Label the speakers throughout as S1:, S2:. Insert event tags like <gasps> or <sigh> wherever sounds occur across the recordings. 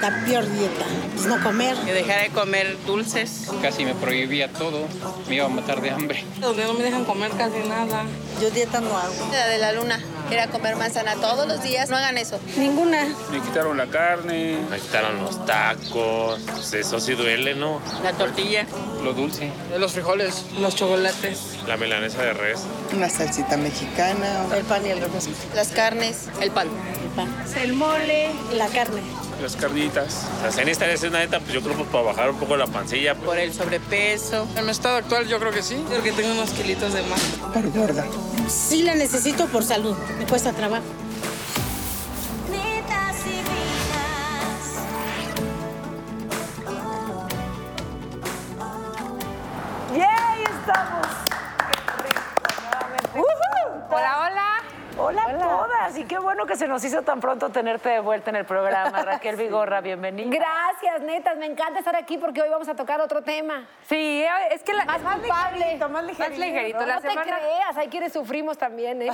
S1: la peor dieta, pues no comer.
S2: Que dejara de comer dulces.
S3: Casi me prohibía todo, me iba a matar de hambre.
S2: Donde no me dejan comer casi nada.
S1: Yo dieta no hago.
S4: La de la luna era comer manzana todos los días. No hagan eso.
S1: Ninguna.
S5: Me quitaron la carne.
S6: Me quitaron los tacos. Pues eso sí duele, ¿no?
S2: La tortilla.
S3: Lo dulce.
S2: Los frijoles. Los chocolates.
S6: La melanesa de res.
S7: Una salsita mexicana.
S1: El pan y el refresco.
S4: Las carnes.
S2: El pan.
S1: El pan.
S8: El mole.
S1: La carne.
S5: Las carnitas.
S6: La cena esta es una dieta, pues yo creo que para bajar un poco la pancilla.
S2: Por el sobrepeso.
S9: En mi estado actual yo creo que sí.
S2: Porque tengo unos kilitos de más.
S7: Por gorda.
S1: Sí la necesito por salud. Me cuesta trabajo.
S8: ¡Yay! Estamos. Qué rico, nuevamente.
S10: Hola, hola.
S8: Hola, a todas y qué bueno que se nos hizo tan pronto tenerte de vuelta en el
S10: <laughs>
S8: programa. Raquel Vigorra, bienvenida.
S10: Gracias, netas. Me encanta estar aquí porque hoy vamos a tocar otro tema.
S11: Sí, es que la,
S10: más,
S11: más
S10: culpable.
S11: Ligerito, más ligerito. Más ligerito.
S10: No,
S11: La
S10: no te
S11: semana-
S10: creas, hay quienes sufrimos
S11: <laughs>
S10: también, ¿eh?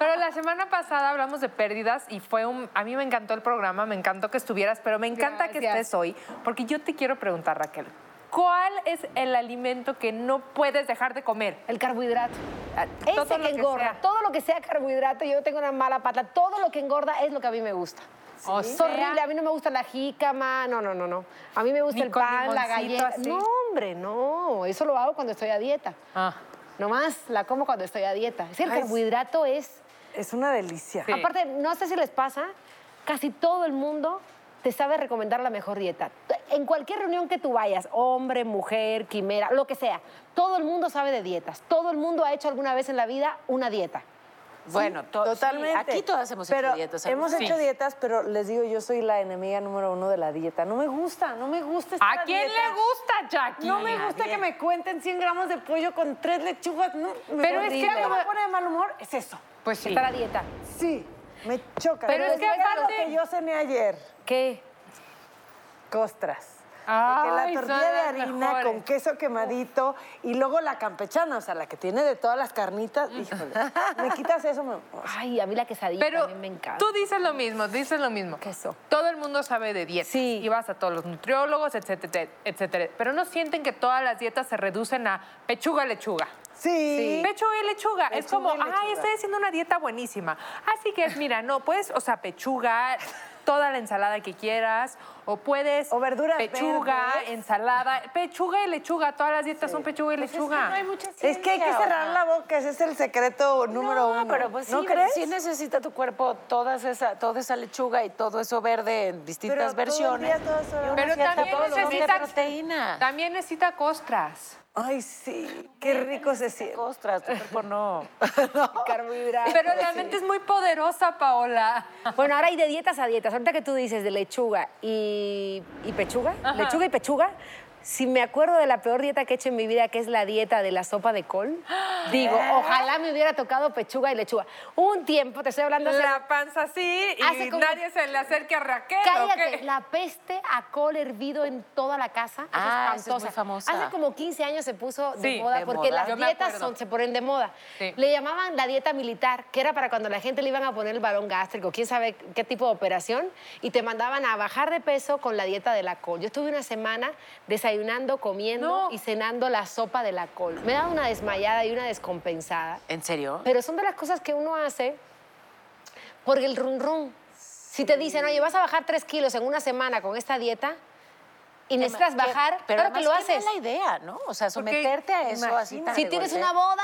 S11: Pero la semana pasada hablamos de pérdidas y fue un. A mí me encantó el programa, me encantó que estuvieras, pero me encanta que
S10: Gracias.
S11: estés hoy porque yo te quiero preguntar, Raquel. ¿Cuál es el alimento que no puedes dejar de comer?
S10: El carbohidrato.
S11: Ah,
S10: Ese
S11: todo lo
S10: que
S11: que
S10: engorda,
S11: sea.
S10: todo lo que sea carbohidrato, yo tengo una mala pata. Todo lo que engorda es lo que a mí me gusta.
S11: O
S10: Es
S11: sea-
S10: horrible, a mí no me gusta la jícama, no, no, no, no. A mí me gusta
S11: Ni
S10: el
S11: con
S10: pan, la
S11: limoncito
S10: galleta.
S11: así.
S10: No, hombre, no, eso lo hago cuando estoy a dieta.
S11: Ah.
S10: Nomás la como cuando estoy a dieta. Es que el
S8: Ay, sí.
S10: carbohidrato es...
S8: Es una delicia.
S11: Sí.
S10: Aparte, no sé si les pasa, casi todo el mundo te sabe recomendar la mejor dieta. En cualquier reunión que tú vayas, hombre, mujer, quimera, lo que sea, todo el mundo sabe de dietas. Todo el mundo ha hecho alguna vez en la vida una dieta.
S8: Bueno,
S12: totalmente.
S8: Aquí todas hemos
S12: Pero
S8: hecho dietas. amigo.
S12: Hemos hecho dietas, pero les digo, yo soy la enemiga número uno de la dieta. No me gusta, no me gusta esta
S11: ¿A quién
S12: dieta.
S11: le gusta, Jackie?
S12: No me gusta que me cuenten 100 gramos de pollo con tres lechugas. No, me
S11: Pero es
S12: horrible.
S11: que-
S12: algo me pone de mal humor es eso.
S11: Pues sí.
S10: Estar a dieta.
S12: Sí, me choca.
S11: Pero es que
S12: después de lo
S11: aparte-
S12: que yo cené ayer,
S10: ¿Qué?
S12: costras.
S11: Ay,
S12: Porque la
S11: son
S12: tortilla de
S11: las
S12: harina
S11: mejores.
S12: con queso quemadito y luego la campechana, o sea, la que tiene de todas las carnitas. Híjole, me quitas eso, me...
S8: <laughs>
S10: Ay, a mí la quesadilla
S11: Pero
S10: también me encanta.
S11: tú dices lo mismo, dices lo mismo.
S10: Queso.
S11: Todo el mundo sabe de dietas.
S12: Sí.
S11: Y vas a todos los nutriólogos, etcétera, etcétera. Pero no sienten que todas las dietas se reducen a pechuga, lechuga.
S12: Sí.
S11: Pechuga y lechuga. es
S12: Pechuga
S11: como,
S12: y lechuga.
S11: ay, estoy haciendo una dieta buenísima. Así que, mira, no, puedes, o sea, pechuga, toda la ensalada que quieras, o puedes...
S12: O verduras
S11: Pechuga,
S12: verdes.
S11: ensalada, pechuga y lechuga. Todas las dietas son pechuga y
S12: Pues
S11: lechuga.
S12: Es que hay que cerrar la boca, ese es el secreto número uno.
S8: pero pues sí,
S12: ¿No
S8: pero
S12: crees?
S8: sí necesita tu cuerpo todas esa, toda esa lechuga y todo eso verde en
S12: Pero
S8: distintas
S12: todo el
S8: versiones.
S12: día, todas horas.
S8: Y una
S11: Pero
S8: cierta
S11: también
S8: porción de
S11: necesitas-
S8: proteína.
S11: También necesita costras.
S12: Ay, <laughs> sí, qué rico se siente.
S8: Ostras, tu cuerpo <laughs> no.
S10: Carbohidratos.
S11: Pero la mente es muy poderosa, Paola.
S10: Bueno, ahora hay de dietas a dietas. Ahorita que tú dices de lechuga y, y pechuga, lechuga y pechuga, si me acuerdo de la peor dieta que he hecho en mi vida, que es la dieta de la sopa de col, digo, ojalá me hubiera tocado pechuga y lechuga. Hubo un tiempo, te estoy hablando hace...
S11: La panza así y
S10: Hace como-
S11: nadie se le acerque a Raquel. ¿o
S10: Cállate,
S11: qué?
S10: la peste a col hervido en toda la casa. es
S8: Ah, esa es muy
S10: espantosa.
S8: famosa.
S10: Hace como 15 años se puso de
S11: Sí,
S10: moda
S8: de
S10: porque
S8: moda.
S10: las
S11: Yo me
S10: dietas
S11: acuerdo.
S10: son, se ponen de moda.
S11: Sí.
S10: Le llamaban la dieta militar, que era para cuando la gente le iban a poner el balón gástrico, quién sabe qué tipo de operación, y te mandaban a bajar de peso con la dieta de la col. Yo estuve una semana desayunando, comiendo
S11: No.
S10: y cenando la sopa de la col. Me daba una desmayada y una descompensada.
S8: ¿En serio?
S10: Pero son de las cosas que uno hace por el run run. Si te dicen, oye, vas a bajar tres kilos en una semana con esta dieta y necesitas bajar,
S8: pero
S10: claro que
S8: además,
S10: lo
S8: qué
S10: haces.
S8: mala idea, ¿no? O sea, someterte a eso así tan
S10: Si
S8: de
S10: tienes
S8: golpe.
S10: una boda,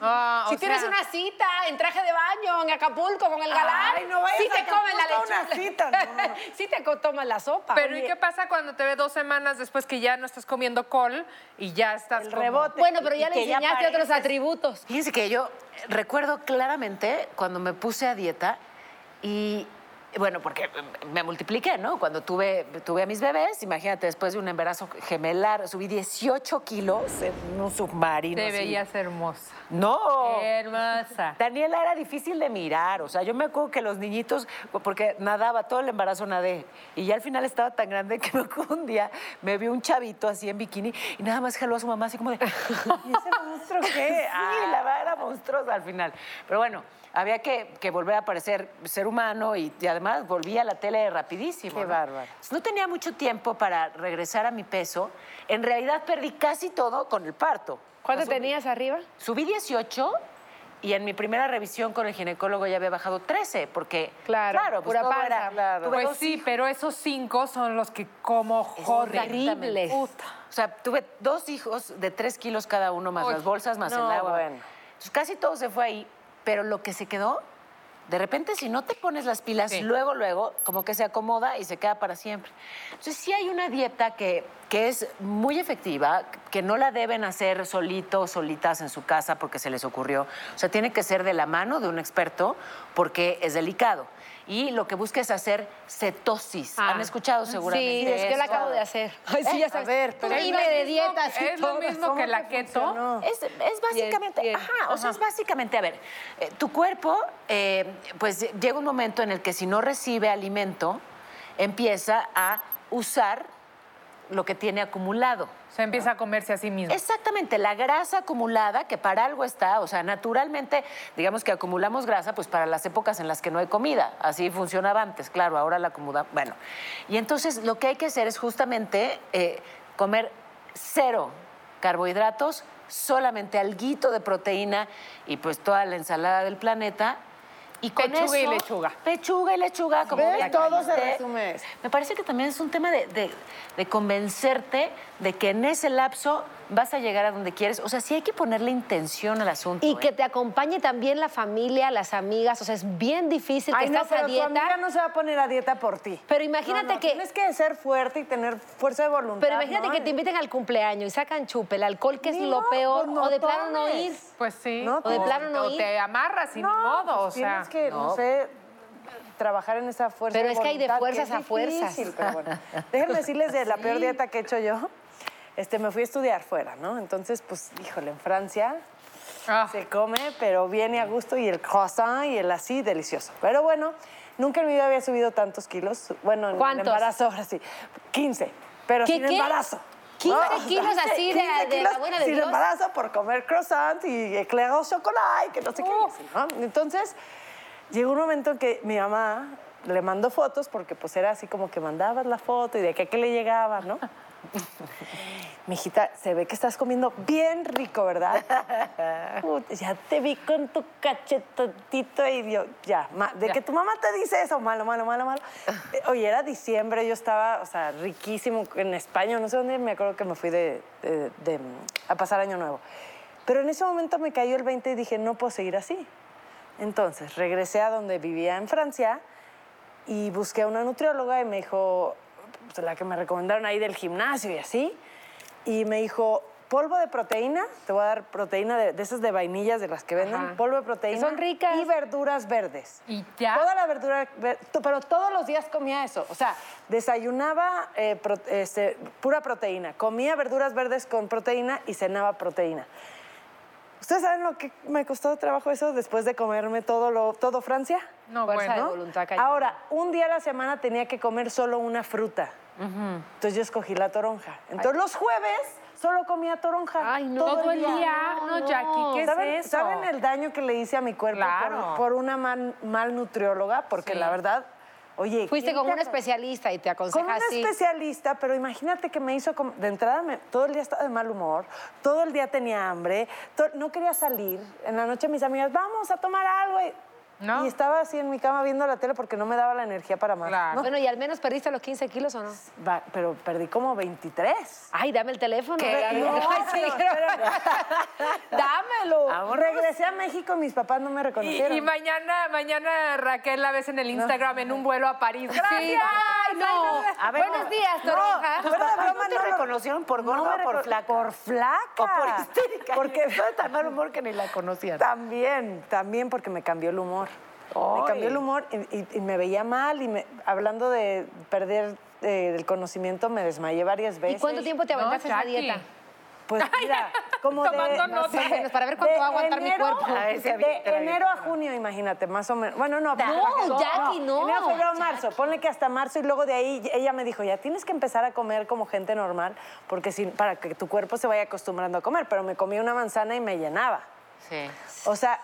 S11: Ah, o
S10: si tienes
S11: sea,
S10: una cita en traje de baño en Acapulco con el galán,
S12: Ay, no vayas
S10: si
S12: a
S10: te comen la
S12: Acapulco a una
S10: lechuga.
S12: cita,
S10: <laughs>
S12: no.
S10: si te co- tomas la sopa.
S11: Pero ¿y
S10: Oye,
S11: qué pasa cuando te ve dos semanas después que ya no estás comiendo col y ya estás
S12: El
S11: como-
S12: rebote.
S10: Bueno, pero
S8: Y
S10: ya le
S8: que ya
S10: enseñaste otros atributos.
S8: Fíjense que yo recuerdo claramente cuando me puse a dieta y, bueno, porque me multipliqué, ¿no? Cuando tuve, tuve a mis bebés, imagínate, después de un embarazo gemelar, subí 18 kilos en un submarino.
S11: Te
S8: así.
S11: veías hermosa. Oh.
S8: No.
S11: Hermosa.
S8: Daniela era difícil de mirar, o sea, yo me acuerdo que los niñitos, porque nadaba todo el embarazo nadé, y ya al final estaba tan
S13: <laughs>
S8: grande que me acuerdo un día me vio
S14: <laughs>
S8: un
S14: Ah.
S8: chavito así en bikini y nada más jaló a su mamá así como de, ¿y ese monstruo qué? Sí, la verdad era
S13: monstruosa al final. Pero bueno, había que, que volver a parecer ser humano y, y además volví a la tele rapidísimo.
S14: Qué
S13: ¿no?
S14: bárbaro.
S13: Entonces, No tenía mucho tiempo para regresar a mi peso. En realidad perdí casi todo con el parto.
S14: ¿Cuánto
S13: O sea,
S14: tenías arriba?
S13: Subí 18 y en mi primera revisión con el ginecólogo ya había bajado 13, porque.
S14: Claro,
S13: pues
S14: pura
S13: todo
S14: panza,
S13: era-
S14: claro.
S13: tuve
S11: Pues
S13: dos
S11: sí, pero esos cinco son los que como joder.
S14: Horribles.
S11: Puta.
S13: O sea, tuve dos hijos de tres kilos cada uno, más
S11: Uy,
S13: las bolsas, más
S14: no,
S13: el agua.
S14: bueno.
S13: Entonces, casi todo se fue ahí, pero lo que se quedó, de repente, si no te pones las pilas, luego, luego, como que se acomoda y se queda para siempre. Entonces, sí hay una dieta que, que es muy efectiva, que no la deben hacer solitos, solitas en su casa porque se les ocurrió. O sea, tiene que ser de la mano de un experto porque es delicado. Y lo que busca es hacer cetosis.
S11: Ah.
S13: Han escuchado seguramente.
S14: Sí, es que la
S13: eso? Eh,
S14: acabo de hacer. <laughs> Ay, sí, ya sabes.
S10: a ver, pero
S14: Tú
S11: es lo
S14: dime de
S11: mismo-
S14: dietas y
S11: es lo
S14: todo.
S11: mismo
S14: ¿Cómo
S11: que la
S14: te
S11: keto?
S14: funcionó?
S13: Es, es básicamente,
S11: Piel, piel.
S13: ajá, o sea, es básicamente, a ver, eh, tu cuerpo, eh, pues llega un momento en el que si no recibe alimento, empieza a usar lo que tiene acumulado.
S11: Se empieza a comerse a sí mismo.
S13: Exactamente, la grasa acumulada, que para algo está, o sea, naturalmente, digamos que acumulamos grasa, pues para las épocas en las que no hay comida. Así funcionaba antes, claro, ahora la acumula. Bueno, y entonces lo que hay que hacer es justamente eh, comer cero carbohidratos, solamente alguito de proteína y pues toda la ensalada del planeta. Y con
S11: Pechuga y
S13: eso-
S11: lechuga.
S13: Pechuga y lechuga, como
S10: ¿Ves?
S13: bien
S10: Todo se
S8: este,
S13: dijiste.
S10: resume a eso.
S13: Me parece que también es un tema de, de- de convencerte de que en ese lapso vas a llegar a donde quieres. O sea, sí hay que ponerle intención al asunto.
S14: Y
S13: ¿eh?
S14: que te acompañe también la familia, las amigas. O sea, es bien difícil que
S10: Ay, no,
S14: estás
S10: pero
S14: a
S10: tu amiga
S14: dieta.
S10: no se va a poner a dieta por ti.
S14: Pero imagínate
S10: No, no,
S14: que-
S10: Tienes que ser fuerte y tener fuerza de voluntad.
S14: Pero imagínate
S10: ¿no?
S14: que te inviten al cumpleaños y sacan chupe, el alcohol que es
S10: Ni
S14: lo
S10: modo,
S14: peor,
S10: pues no
S14: o de plano no
S10: tomes.
S14: ir.
S11: Pues sí.
S10: No,
S14: o de plano no
S11: o
S14: ir.
S11: te amarras y
S10: No,
S11: ni modo,
S10: pues
S11: o sea.
S10: Tienes que, no,
S13: no.
S10: sé, trabajar en esa fuerza
S14: Pero
S10: de
S14: es que hay de
S10: voluntad,
S14: fuerzas
S10: es
S14: a fuerzas.
S10: difícil,
S14: <laughs>
S10: pero bueno. Déjenme decirles de la peor dieta que he hecho yo. Este, me fui a estudiar fuera, ¿no? Entonces, pues, híjole, en Francia
S11: Ah.
S10: se come, pero viene a gusto y el croissant y el así, delicioso. Pero bueno, nunca en mi vida había subido tantos kilos. Bueno, en
S14: ¿Cuántos?
S10: el embarazo ahora sí, 15, pero
S14: ¿Qué,
S10: sin
S14: qué?
S10: embarazo.
S14: 15 kilos así de- de la buena de
S10: sin
S14: Dios.
S10: embarazo por comer croissant y eclair au chocolat y que no sé qué.
S14: Uh.
S11: Oh.
S10: dicen, ¿no? Entonces, llegó un momento en que mi mamá le mandó fotos porque pues era así como que mandabas la foto y de qué, qué le
S14: <laughs>
S10: llegaba, ¿no? Mijita, se ve que estás comiendo bien rico, ¿verdad? Puta, ya te vi con tu cachetotito y yo, ya, ma- de que tu mamá te dice eso, malo, malo, malo, malo. Eh, Oye, era diciembre, yo estaba, o sea, riquísimo en España, no sé dónde, me acuerdo que me fui de, de- de- a pasar Año Nuevo. Pero en ese momento me cayó el 20 y dije, no puedo seguir así. Entonces, regresé a donde vivía en Francia y busqué a una nutrióloga y me dijo, pues, la que me recomendaron ahí del gimnasio y así, y me dijo, polvo de proteína, te voy a dar proteína de, de esas de vainillas de las que venden,
S11: Ajá.
S10: polvo de proteína.
S14: son ricas.
S10: Y verduras verdes.
S11: Y ya.
S10: Toda la verdura, ver- to- pero todos los días comía eso. O sea, desayunaba eh, pro- este, pura proteína, comía verduras verdes con proteína y cenaba proteína. ¿Ustedes saben lo que me costó trabajo eso después de comerme todo, lo, todo Francia?
S11: No,
S14: Fuerza de
S11: bueno.
S14: voluntad cañona.
S10: Ahora, un día a la semana tenía que comer solo una fruta. Entonces yo escogí la toronja. Entonces los jueves solo comía toronja.
S14: Ay, no,
S11: Todo el día.
S14: No,
S11: No,
S14: no.
S11: Jackie, ¿qué es
S10: ¿Saben,
S11: eso?
S10: saben el daño que le hice a mi cuerpo
S11: Claro.
S10: por, por una mal, mal nutrióloga? Porque la verdad, oye...
S14: Fuiste
S10: ¿quién
S14: con
S10: te
S14: un
S10: aco-
S14: especialista y te
S10: Con
S14: aconseja
S10: un
S14: así.
S10: especialista, pero imagínate que me hizo... como- de entrada, me- todo el día estaba de mal humor, todo el día tenía hambre, to- no quería salir. En la noche mis amigas, vamos a tomar algo. Y,
S11: No.
S10: y estaba así en mi cama viendo la tele porque no me daba la energía para más.
S11: Claro.
S14: Bueno, y al menos perdiste los 15 kilos o no.
S10: Va- pero perdí como 23.
S14: Ay, dame el teléfono. Dame-
S10: No,
S14: <laughs> Ay, sí,
S10: pero-
S14: quiero- <laughs>
S10: Dámelo. Regresé a México y mis papás no me
S11: Y,
S10: reconocieron.
S11: y mañana, mañana Raquel la ves en el Instagram en un vuelo a París. ¡Gracias!
S14: Sí, ay, no.
S11: Ay,
S14: Buenos días, Toronja.
S10: fuera de
S14: Ay,
S10: broma,
S14: no te
S10: lo-
S14: reconocieron por gorda
S10: me
S14: o por
S10: recono-
S14: flaca?
S10: Por flaca.
S14: O por <laughs> histérica.
S10: Porque
S14: Estaba de tan mal humor que ni la conocían.
S10: También, también porque me cambió el humor. Me cambió el humor y, y- y me veía mal y me- hablando de perder eh, el conocimiento me desmayé varias
S14: ¿Y
S10: veces.
S14: cuánto tiempo te
S11: No,
S14: aventaste esa
S11: Jackie.
S14: dieta?
S10: Pues
S11: <laughs>
S10: mira, como de,
S11: Tomando
S10: no
S11: nota.
S10: sé,
S14: Para ver cuánto
S10: de
S14: va a aguantar mi
S10: enero-
S14: cuerpo. A ver si
S10: de
S14: avienta la
S10: enero a junio, imagínate, más o menos. Bueno, no. pero-
S14: No, Jackie, no.
S10: Enero, febrero, marzo. Ponle que hasta marzo y luego de ahí ella me dijo, ya tienes que empezar a comer como gente normal porque sin, para que tu cuerpo se vaya acostumbrando a comer. Pero me comí una manzana y me llenaba.
S8: Sí.
S12: O sea,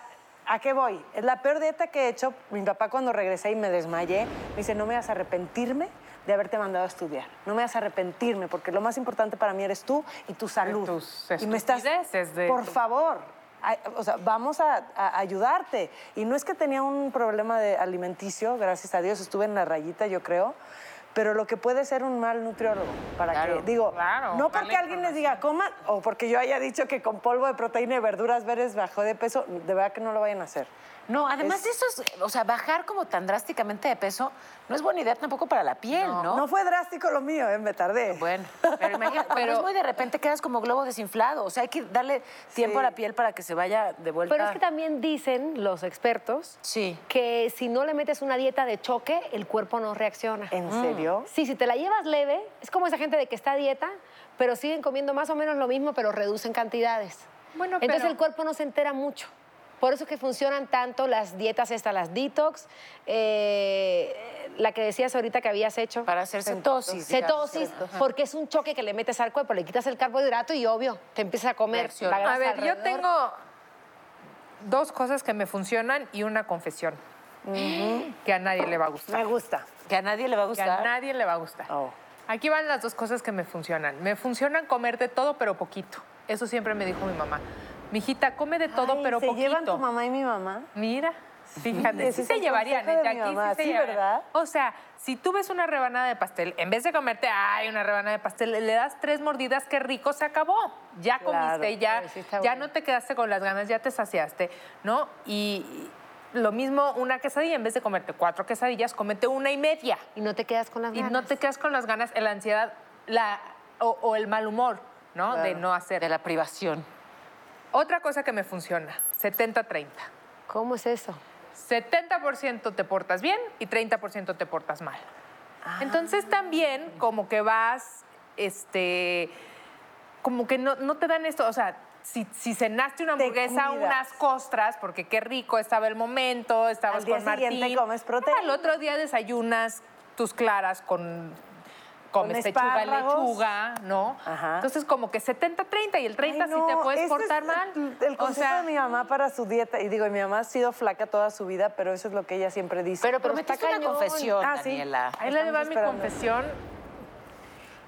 S12: ¿a qué voy? Es la peor dieta que he hecho. Mi papá cuando regresé y me desmayé, me dice, no me vas a arrepentirme de haberte mandado a estudiar. No me vas a arrepentirme porque lo más importante para mí eres tú y tu salud.
S11: tus
S12: y me estás...
S11: estupideces de
S12: por
S11: tu-
S12: favor. ay, O sea, vamos a, a ayudarte. Y no es que tenía un problema de alimenticio, gracias a Dios, estuve en la rayita, yo creo. Pero lo que puede ser un mal nutriólogo, para
S8: Claro,
S12: que, digo,
S11: claro,
S12: no
S11: mala
S12: porque alguien les diga coman, o porque yo haya dicho que con polvo de proteína y verduras verdes bajó de peso, de verdad que no lo vayan a hacer.
S8: No, además
S12: Es-
S8: de eso, es- o sea, bajar como tan drásticamente de peso no es buena idea tampoco para la piel, ¿no?
S12: No, fue drástico lo mío, eh, me tardé.
S8: Bueno, pero imagínate, pero es muy de repente quedas como globo desinflado. O sea, hay que darle tiempo a la piel para que se vaya de vuelta.
S10: Pero es que también dicen los expertos
S8: Sí.
S10: que si no le metes una dieta de choque, el cuerpo no reacciona.
S12: ¿En serio?
S8: Mm.
S10: Sí, si te la llevas leve, es como esa gente de que está a dieta, pero siguen comiendo más o menos lo mismo, pero reducen cantidades.
S11: Bueno,
S10: Entonces
S11: pero-
S10: el cuerpo no se entera mucho. Por eso es que funcionan tanto las dietas estas, las detox, eh, la que decías ahorita que habías hecho.
S8: Para hacer cetosis, digamos,
S10: Cetosis,
S8: cierto. Ajá.
S10: porque es un choque que le metes al cuerpo, le quitas el carbohidrato y obvio, te empiezas a comer.
S8: Reacciona.
S10: La grasa
S11: A ver, yo
S10: alrededor.
S11: tengo dos cosas que me funcionan y una confesión que a nadie le va a gustar.
S12: Me gusta.
S8: Que a nadie le va a
S11: Que a
S8: gustar.
S11: nadie le va a gustar.
S12: Oh.
S11: Aquí van las dos cosas que me funcionan. Me funcionan comer de todo, pero poquito. Eso siempre me dijo mi mamá. Mijita, come de todo,
S12: Ay,
S11: pero
S12: ¿se
S11: poquito.
S12: llevan tu mamá y mi mamá?
S11: Mira, fíjate,
S12: Ese
S11: sí
S12: es
S11: se
S12: el
S11: llevarían,
S12: consejo de
S11: ¿eh?
S12: mi
S11: Aquí sí
S12: mamá,
S11: se
S12: sí,
S11: llevarían.
S12: ¿verdad?
S11: O sea, si tú ves una rebanada de pastel, en vez de comerte, ay, una rebanada de pastel, le das tres mordidas, qué rico, se acabó. Ya
S12: Claro,
S11: comiste, ya,
S12: pero sí está
S11: ya
S12: bueno.
S11: no te quedaste con las ganas, ya te saciaste, ¿no? Y lo mismo una quesadilla, en vez de comerte cuatro quesadillas, comete una y media.
S10: Y no te quedas con las
S11: Y
S10: ganas.
S11: no te quedas con las ganas, la ansiedad la, o, o el mal humor, ¿no? De no hacer.
S8: De la privación.
S11: Otra cosa que me funciona, 70-30.
S10: ¿Cómo es eso?
S11: 70% te portas bien y 30% te portas mal.
S12: Ah.
S11: Entonces también como que vas, este, como que no, no te dan esto, o sea, si, si cenaste una
S12: Te
S11: hamburguesa,
S12: cuidas.
S11: unas costras, porque qué rico estaba el momento, estabas
S12: Al día
S11: con Martín.
S12: siguiente comes proteína.
S11: Al otro día desayunas tus claras con... Comes pechuga,
S12: espárragos.
S11: lechuga, ¿no?
S12: Ajá.
S11: Entonces, como que 70-30 y el 30
S12: Ay,
S11: sí te
S12: no,
S11: puedes
S12: ese es
S11: portar
S12: el-
S11: mal.
S12: El,
S11: O
S12: consejo
S11: sea,
S12: de mi mamá para su dieta, y digo, y mi mamá ha sido flaca toda su vida, pero eso es lo que ella siempre dice.
S8: Pero prometiste una
S10: cañón.
S8: confesión,
S12: Ah, sí.
S8: Daniela.
S11: Ahí le
S12: Estamos
S11: va mi
S12: esperando.
S11: confesión.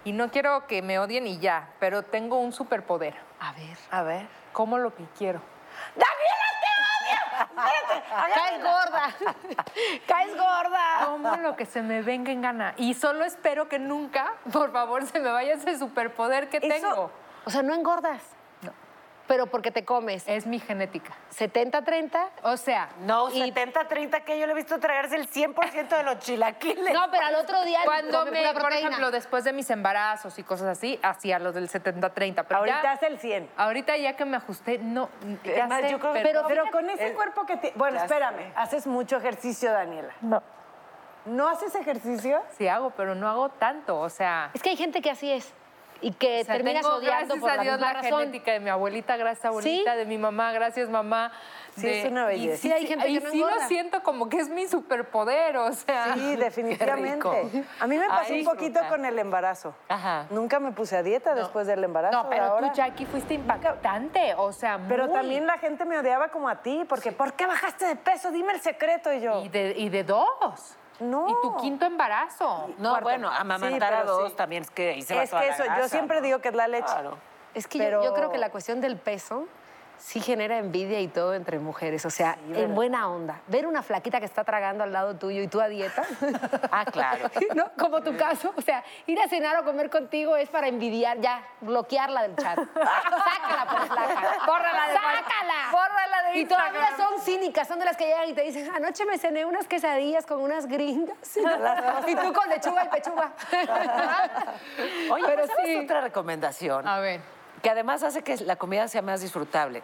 S11: Y no quiero que me odien y ya, pero tengo un superpoder.
S8: A ver.
S11: A ver. Como lo que quiero.
S10: Caes gorda. <laughs> Caes gorda.
S11: Como lo que se me venga en gana. Y solo espero que nunca, por favor, se me vaya ese superpoder que tengo.
S10: O sea, no engordas. No. Pero porque te comes
S11: Es mi genética.
S10: 70-30.
S11: O sea,
S8: No, 70-30 que yo le he visto tragarse el 100% de los chilaquiles.
S10: No, pero al otro día
S11: cuando
S10: come
S11: me,
S10: pura
S11: por
S10: proteína.
S11: ejemplo, después de mis embarazos y cosas así, hacía los del 70-30. Pero
S12: Ahorita
S11: ya-
S12: hace el 100.
S11: Ahorita ya que me ajusté, no. Ya
S12: Además,
S11: sé,
S12: yo creo- pero,
S11: pero,
S12: pero con ese cuerpo que tienes. Bueno,
S8: Ya
S12: espérame. Haces mucho ejercicio, Daniela. No. ¿No haces ejercicio?
S11: sí hago, pero no hago tanto. O sea.
S10: Es que hay gente que así es y que
S11: O sea,
S10: terminas
S11: tengo,
S10: odiando
S11: gracias
S10: por
S11: a
S10: la
S11: Dios
S10: misma
S11: la,
S10: razón.
S11: genética de mi abuelita, gracias abuelita, de mi mamá, gracias mamá.
S12: Sí,
S11: de-
S12: es una belleza.
S11: Y sí,
S10: Sí, hay
S11: sí-
S10: gente que
S11: y
S10: no
S11: sí
S10: engorda.
S11: lo siento como que es mi superpoder, o sea. <laughs>
S12: Sí,
S11: Qué rico.
S12: definitivamente. A mí me pasó
S11: Ay,
S12: un poquito
S11: disfruta.
S12: con el embarazo.
S11: Ajá.
S12: Nunca me puse a dieta después del embarazo.
S11: No, pero
S12: ahora-
S11: tú, Jackie, fuiste impactante, o sea,
S12: Pero
S11: muy.
S12: también la gente me odiaba como a ti, porque ¿por qué bajaste de peso? Dime el secreto y yo.
S11: Y de, y de dos.
S12: No.
S11: Y tu quinto embarazo.
S8: No,
S12: Cuarto.
S8: bueno, amamantar
S12: Sí,
S8: a
S12: pero
S8: dos
S12: sí.
S8: también es que ahí se va
S12: es
S8: toda
S12: que
S8: la
S12: eso, yo
S8: grasa,
S12: siempre
S8: ¿no?
S12: digo que es la leche.
S8: Claro.
S10: Es que yo- yo,
S12: Pero-
S10: creo que la cuestión del peso sí genera envidia y todo entre mujeres, o sea, en buena onda. Ver una flaquita que está tragando al lado tuyo y tú a
S11: <laughs>
S10: dieta.
S8: Ah, claro.
S10: <laughs> ¿No? Como tu caso. O sea, ir a cenar o comer contigo es para envidiar ya, bloquearla del chat. Sácala por flaca.
S11: Bórrala de-
S10: ¡Sácala!
S11: bórrala de
S10: Y todavía
S11: Instagram.
S10: son cínicas, son de las que llegan y te dicen, anoche me cené unas quesadillas con unas gringas. <laughs> y tú con lechuga y pechuga.
S11: <laughs>
S8: Oye,
S10: Pero
S8: pero sí.
S10: sí.
S8: otra recomendación.
S11: A ver.
S8: Que además hace que la comida sea más disfrutable.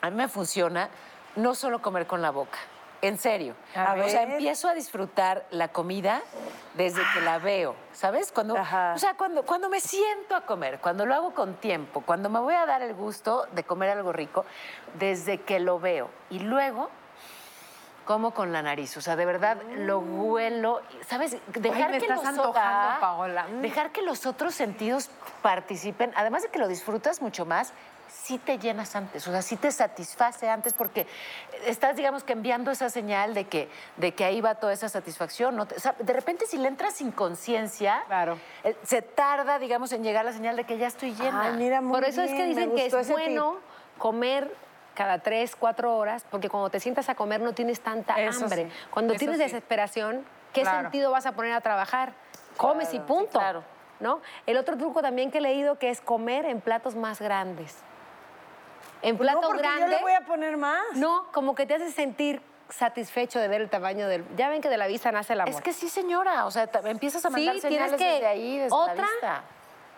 S8: A mí me funciona no solo comer con la boca. En serio.
S11: A
S8: O sea,
S12: ver.
S8: empiezo a disfrutar la comida desde que la veo, ¿sabes? Cuando,
S12: Ajá.
S8: o sea, cuando, cuando me siento a comer, cuando lo hago con tiempo, cuando me voy a dar el gusto de comer algo rico, desde que lo veo. Y luego como con la nariz. O sea, de verdad lo huelo. y, ¿Sabes? Dejar,
S11: Mm. me
S8: que
S11: estás
S8: los
S11: antojando,
S8: ah,
S11: Paola. Mm.
S8: dejar que los otros sentidos participen, además de que lo disfrutas mucho más, sí te llenas antes, o sea, sí te satisface antes porque estás, digamos, que enviando esa señal de que, de que ahí va toda esa satisfacción. ¿no? Te- o sea, de repente si le entras sin conciencia,
S11: Claro.
S8: eh, se tarda, digamos, en llegar la señal de que ya estoy llena.
S12: Ay, mira, muy
S10: Por eso es que
S12: bien, me
S10: dicen que
S12: gustó
S10: es
S12: ese tip.
S10: bueno comer cada tres, cuatro horas, porque cuando te sientas a comer no tienes tanta
S11: Eso
S10: hambre.
S11: sí,
S10: Cuando
S11: eso
S10: tienes
S11: sí.
S10: desesperación, ¿qué
S11: Claro.
S10: sentido vas a poner a trabajar? Comes y punto.
S8: claro.
S10: ¿no? El otro truco también que he leído que es comer en platos más grandes. En
S12: Pues no,
S10: platos
S12: porque
S10: grandes.
S12: yo le voy a poner más.
S10: No, como que te hace sentir satisfecho de ver el tamaño del. Ya ven que de la vista nace el amor.
S8: Es que sí, señora, o sea, ta- empiezas a
S10: Sí,
S8: mandar
S10: tienes
S8: señales
S10: que-
S8: desde ahí, desde
S10: otra,
S8: la vista.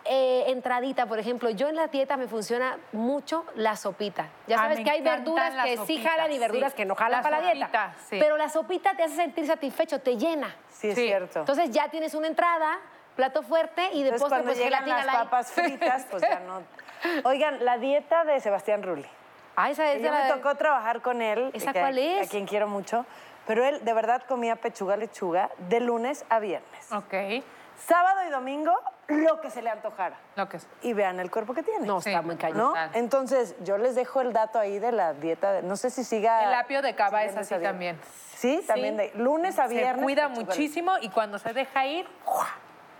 S10: eh, entradita, por ejemplo, yo en las dietas me funciona mucho la sopita. Ya
S11: Ah,
S10: sabes
S11: me
S10: que hay
S11: encantan
S10: verduras
S11: las
S10: que sí
S11: sopitas,
S10: jalan y verduras
S11: sí.
S10: que no jalan
S11: La
S10: para la dieta.
S11: sopita, sí.
S10: Pero la sopita te hace sentir satisfecho, te llena.
S12: Sí, es
S11: Sí.
S12: cierto. Entonces,
S10: Entonces ya tienes una entrada, plato fuerte y de postre
S12: cuando
S10: pues
S12: llegan
S10: gelatina
S12: las
S10: light. <laughs>
S12: papas fritas, pues ya no. Oigan, la dieta de Sebastián Rulli.
S10: Ah, esa es
S12: Ya
S10: de la
S12: me
S10: de-
S12: tocó trabajar con él.
S10: ¿Esa
S12: que a-
S10: cuál es?
S12: A quien quiero mucho. Pero él de verdad comía pechuga, lechuga de lunes a viernes.
S11: Ok.
S12: Sábado y domingo, lo que se le antojara.
S11: Lo que es.
S12: Y vean el cuerpo que tiene.
S10: No,
S11: Sí.
S10: está muy cañón.
S12: ¿No?
S11: brutal.
S12: Entonces, yo les dejo el dato ahí de la dieta. de- no sé si siga.
S11: El apio de cava es
S12: siguiendo
S11: así
S12: esa dieta.
S11: también.
S12: Sí, también de lunes a viernes.
S11: se cuida
S12: pechuga,
S11: muchísimo y cuando se deja ir,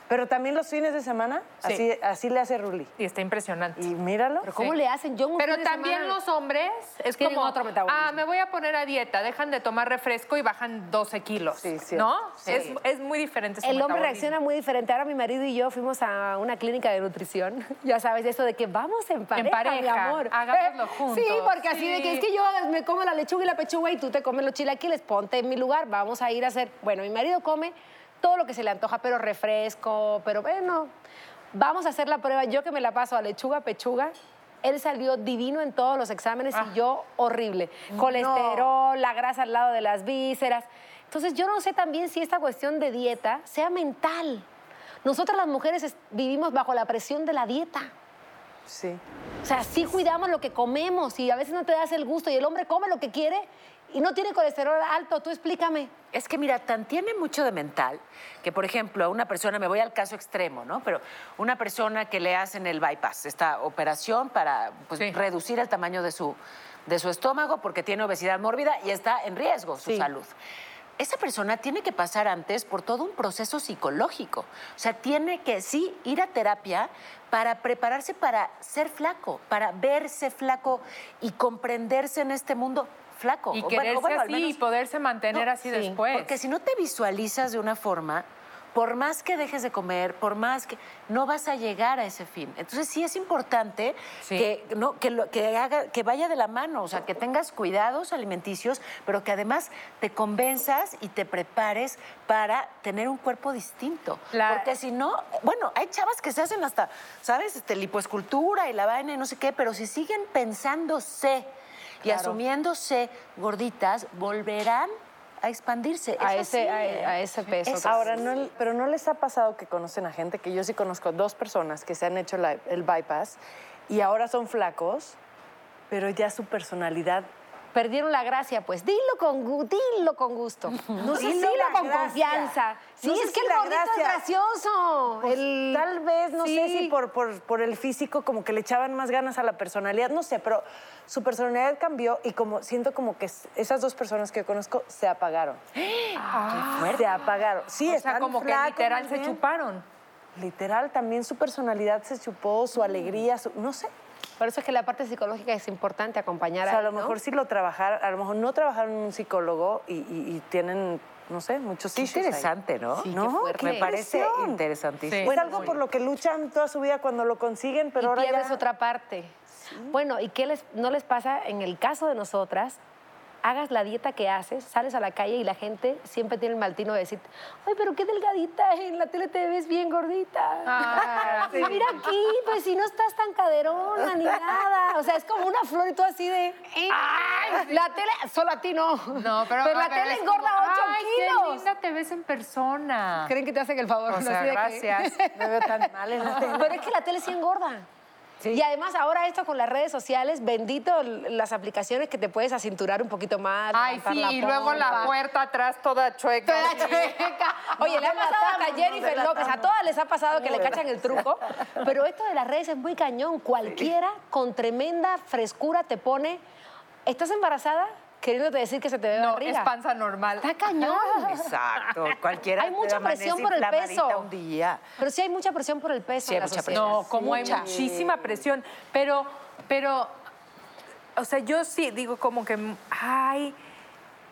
S12: Pero también los fines de semana,
S11: Sí.
S12: así, así le hace Ruli.
S11: y está impresionante.
S12: Y míralo.
S10: Pero ¿cómo
S11: Sí.
S10: le hacen? Yo un
S11: Pero
S10: fin de
S11: también
S10: semana-
S11: los hombres es
S10: Tienen
S11: como,
S10: otro metabolismo.
S11: ah, me voy a poner a dieta, dejan de tomar refresco y bajan 12 kilos,
S12: Sí, cierto.
S11: ¿no? Es, es muy diferente su
S10: El hombre
S11: metabolismo.
S10: reacciona muy diferente. Ahora mi marido y yo fuimos a una clínica de nutrición. <laughs> Ya sabes, eso de que vamos en pareja, mi
S11: pareja,
S10: amor.
S11: hagámoslo
S10: <laughs> Sí,
S11: juntos,
S10: porque así de que
S11: sí.
S10: es que yo me como la lechuga y la pechuga y tú te comes los chilaquiles, ponte en mi lugar, vamos a ir a hacer... Bueno, mi marido come todo lo que se le antoja, pero refresco, pero bueno, vamos a hacer la prueba. Yo que me la paso a lechuga, pechuga... Él salió divino en todos los exámenes y yo horrible. Colesterol, la grasa al lado de las vísceras. Entonces yo no sé también si esta cuestión de dieta sea mental. Nosotras las mujeres es- vivimos bajo la presión de la dieta.
S12: Sí.
S10: O sea, sí cuidamos lo que comemos y a veces no te das el gusto y el hombre come lo que quiere y no tiene colesterol alto. Tú explícame.
S8: Es que mira, tan tiene mucho de mental que, por ejemplo, a una persona, me voy al caso extremo, ¿no? Pero una persona que le hacen el bypass, esta operación para pues,
S11: Sí.
S8: reducir el tamaño de su, de su estómago porque tiene obesidad mórbida y está en riesgo su salud. Esa persona tiene que pasar antes por todo un proceso psicológico. O sea, tiene que sí ir a terapia para prepararse para ser flaco, para verse flaco y comprenderse en este mundo flaco.
S11: Y
S8: O bueno,
S11: quererse
S8: o bueno, al
S11: así y
S8: menos-
S11: poderse mantener
S8: no,
S11: así
S8: sí,
S11: después.
S8: Porque si no te visualizas de una forma, por más que dejes de comer, por más que no vas a llegar a ese fin. Entonces sí es importante
S11: Sí.
S8: que no que lo- que haga que vaya de la mano, o sea, que tengas cuidados alimenticios, pero que además te convenzas y te prepares para tener un cuerpo distinto.
S11: La-
S8: Porque si no, bueno, hay chavas que se hacen hasta, ¿sabes? Este lipoescultura y la vaina y no sé qué, pero si siguen pensándose y asumiéndose gorditas, volverán a expandirse.
S10: A
S8: Eso
S10: ese,
S8: sí,
S10: a,
S8: ¿eh?
S10: a ese peso.
S8: Es-
S12: Ahora, no, pero ¿no les ha pasado que conocen a gente? Que yo sí conozco dos personas que se han hecho la- el bypass y ahora son flacos, pero ya su personalidad...
S10: Perdieron la gracia, pues dilo con, gu- dilo con gusto.
S12: <laughs> No sé si
S10: dilo
S12: la
S10: con
S12: gracia.
S10: confianza. Sí,
S12: No sé
S10: es
S12: si
S10: que el
S12: la
S10: gordito es
S12: gracia.
S10: gracioso.
S12: pues,
S10: El-
S12: Tal vez, no sé
S10: Sí.
S12: si por, por, por el físico como que le echaban más ganas a la personalidad, no sé, pero su personalidad cambió y como siento como que s- esas dos personas que yo conozco se apagaron. Se apagaron. Sí,
S11: o sea,
S12: están
S11: como que
S12: flacos,
S11: literal
S12: más
S11: se
S12: bien.
S11: chuparon.
S8: <laughs>
S12: Literal, también su personalidad se chupó, su alegría, su, no sé.
S10: Por eso es que la parte psicológica es importante acompañar
S12: O sea, a
S10: ahí,
S12: lo
S10: ¿no?
S12: mejor sí lo trabajaron, a lo mejor no trabajaron en un psicólogo y, y- y tienen, no sé, muchos
S8: Qué
S12: issues ahí.
S8: interesante, ¿no?
S12: Sí, ¿No? qué fuerte.
S8: Me parece
S12: impresión.
S8: interesantísimo.
S11: Sí.
S12: Es algo por lo que luchan toda su vida cuando lo consiguen, pero
S10: y
S12: ahora
S10: pierdes
S12: ya...
S10: otra parte. Bueno, ¿y qué les, no les pasa en el caso de nosotras? Hagas la dieta que haces, sales a la calle y la gente siempre tiene el maltino de decir, ay, pero qué delgadita, en la tele te ves bien gordita.
S11: Ah,
S10: <laughs> Y Mira aquí, pues si no estás tan caderona ni nada. O sea, es como una flor y tú así de, la tele, solo a ti no.
S11: No, pero,
S10: la
S11: pero
S10: tele
S11: es
S10: engorda
S11: como,
S10: 8
S11: "Ay, Qué
S10: kilos.
S11: linda te ves en persona.
S10: Creen que te hacen el favor.
S11: Ah. O
S10: ¿no?
S11: sea,
S10: Así de que-
S11: gracias.
S10: <laughs>
S12: Me veo tan mal en la tele.
S10: Pero es que la tele sí engorda.
S8: Sí.
S10: Y además ahora esto con las redes sociales, bendito l- las aplicaciones que te puedes acinturar un poquito más.
S11: Ay,
S10: levantar
S11: sí,
S10: la
S11: y luego la
S10: pompa.
S11: puerta atrás toda chueca.
S10: <laughs> Toda
S11: así.
S10: chueca. Oye, le ha pasado hasta a Jennifer López, a todas les ha pasado
S11: <laughs>
S10: que le cachan el truco, pero esto de las redes es muy cañón. Cualquiera con tremenda frescura te pone, ¿estás embarazada? Queriéndote decir que se te ve
S11: No,
S10: barriga.
S11: es panza normal. Ah.
S10: Está cañón. <laughs>
S9: Exacto, cualquiera.
S10: Hay mucha
S9: amanece
S10: presión por el
S9: inflamadita
S10: peso.
S9: un día.
S10: Pero sí hay mucha presión por el peso.
S9: Sí, hay
S10: en la
S9: mucha
S10: sociedad.
S11: No, como hay
S10: Mucha.
S11: muchísima presión. Pero, pero, o sea, yo sí digo como que, ay,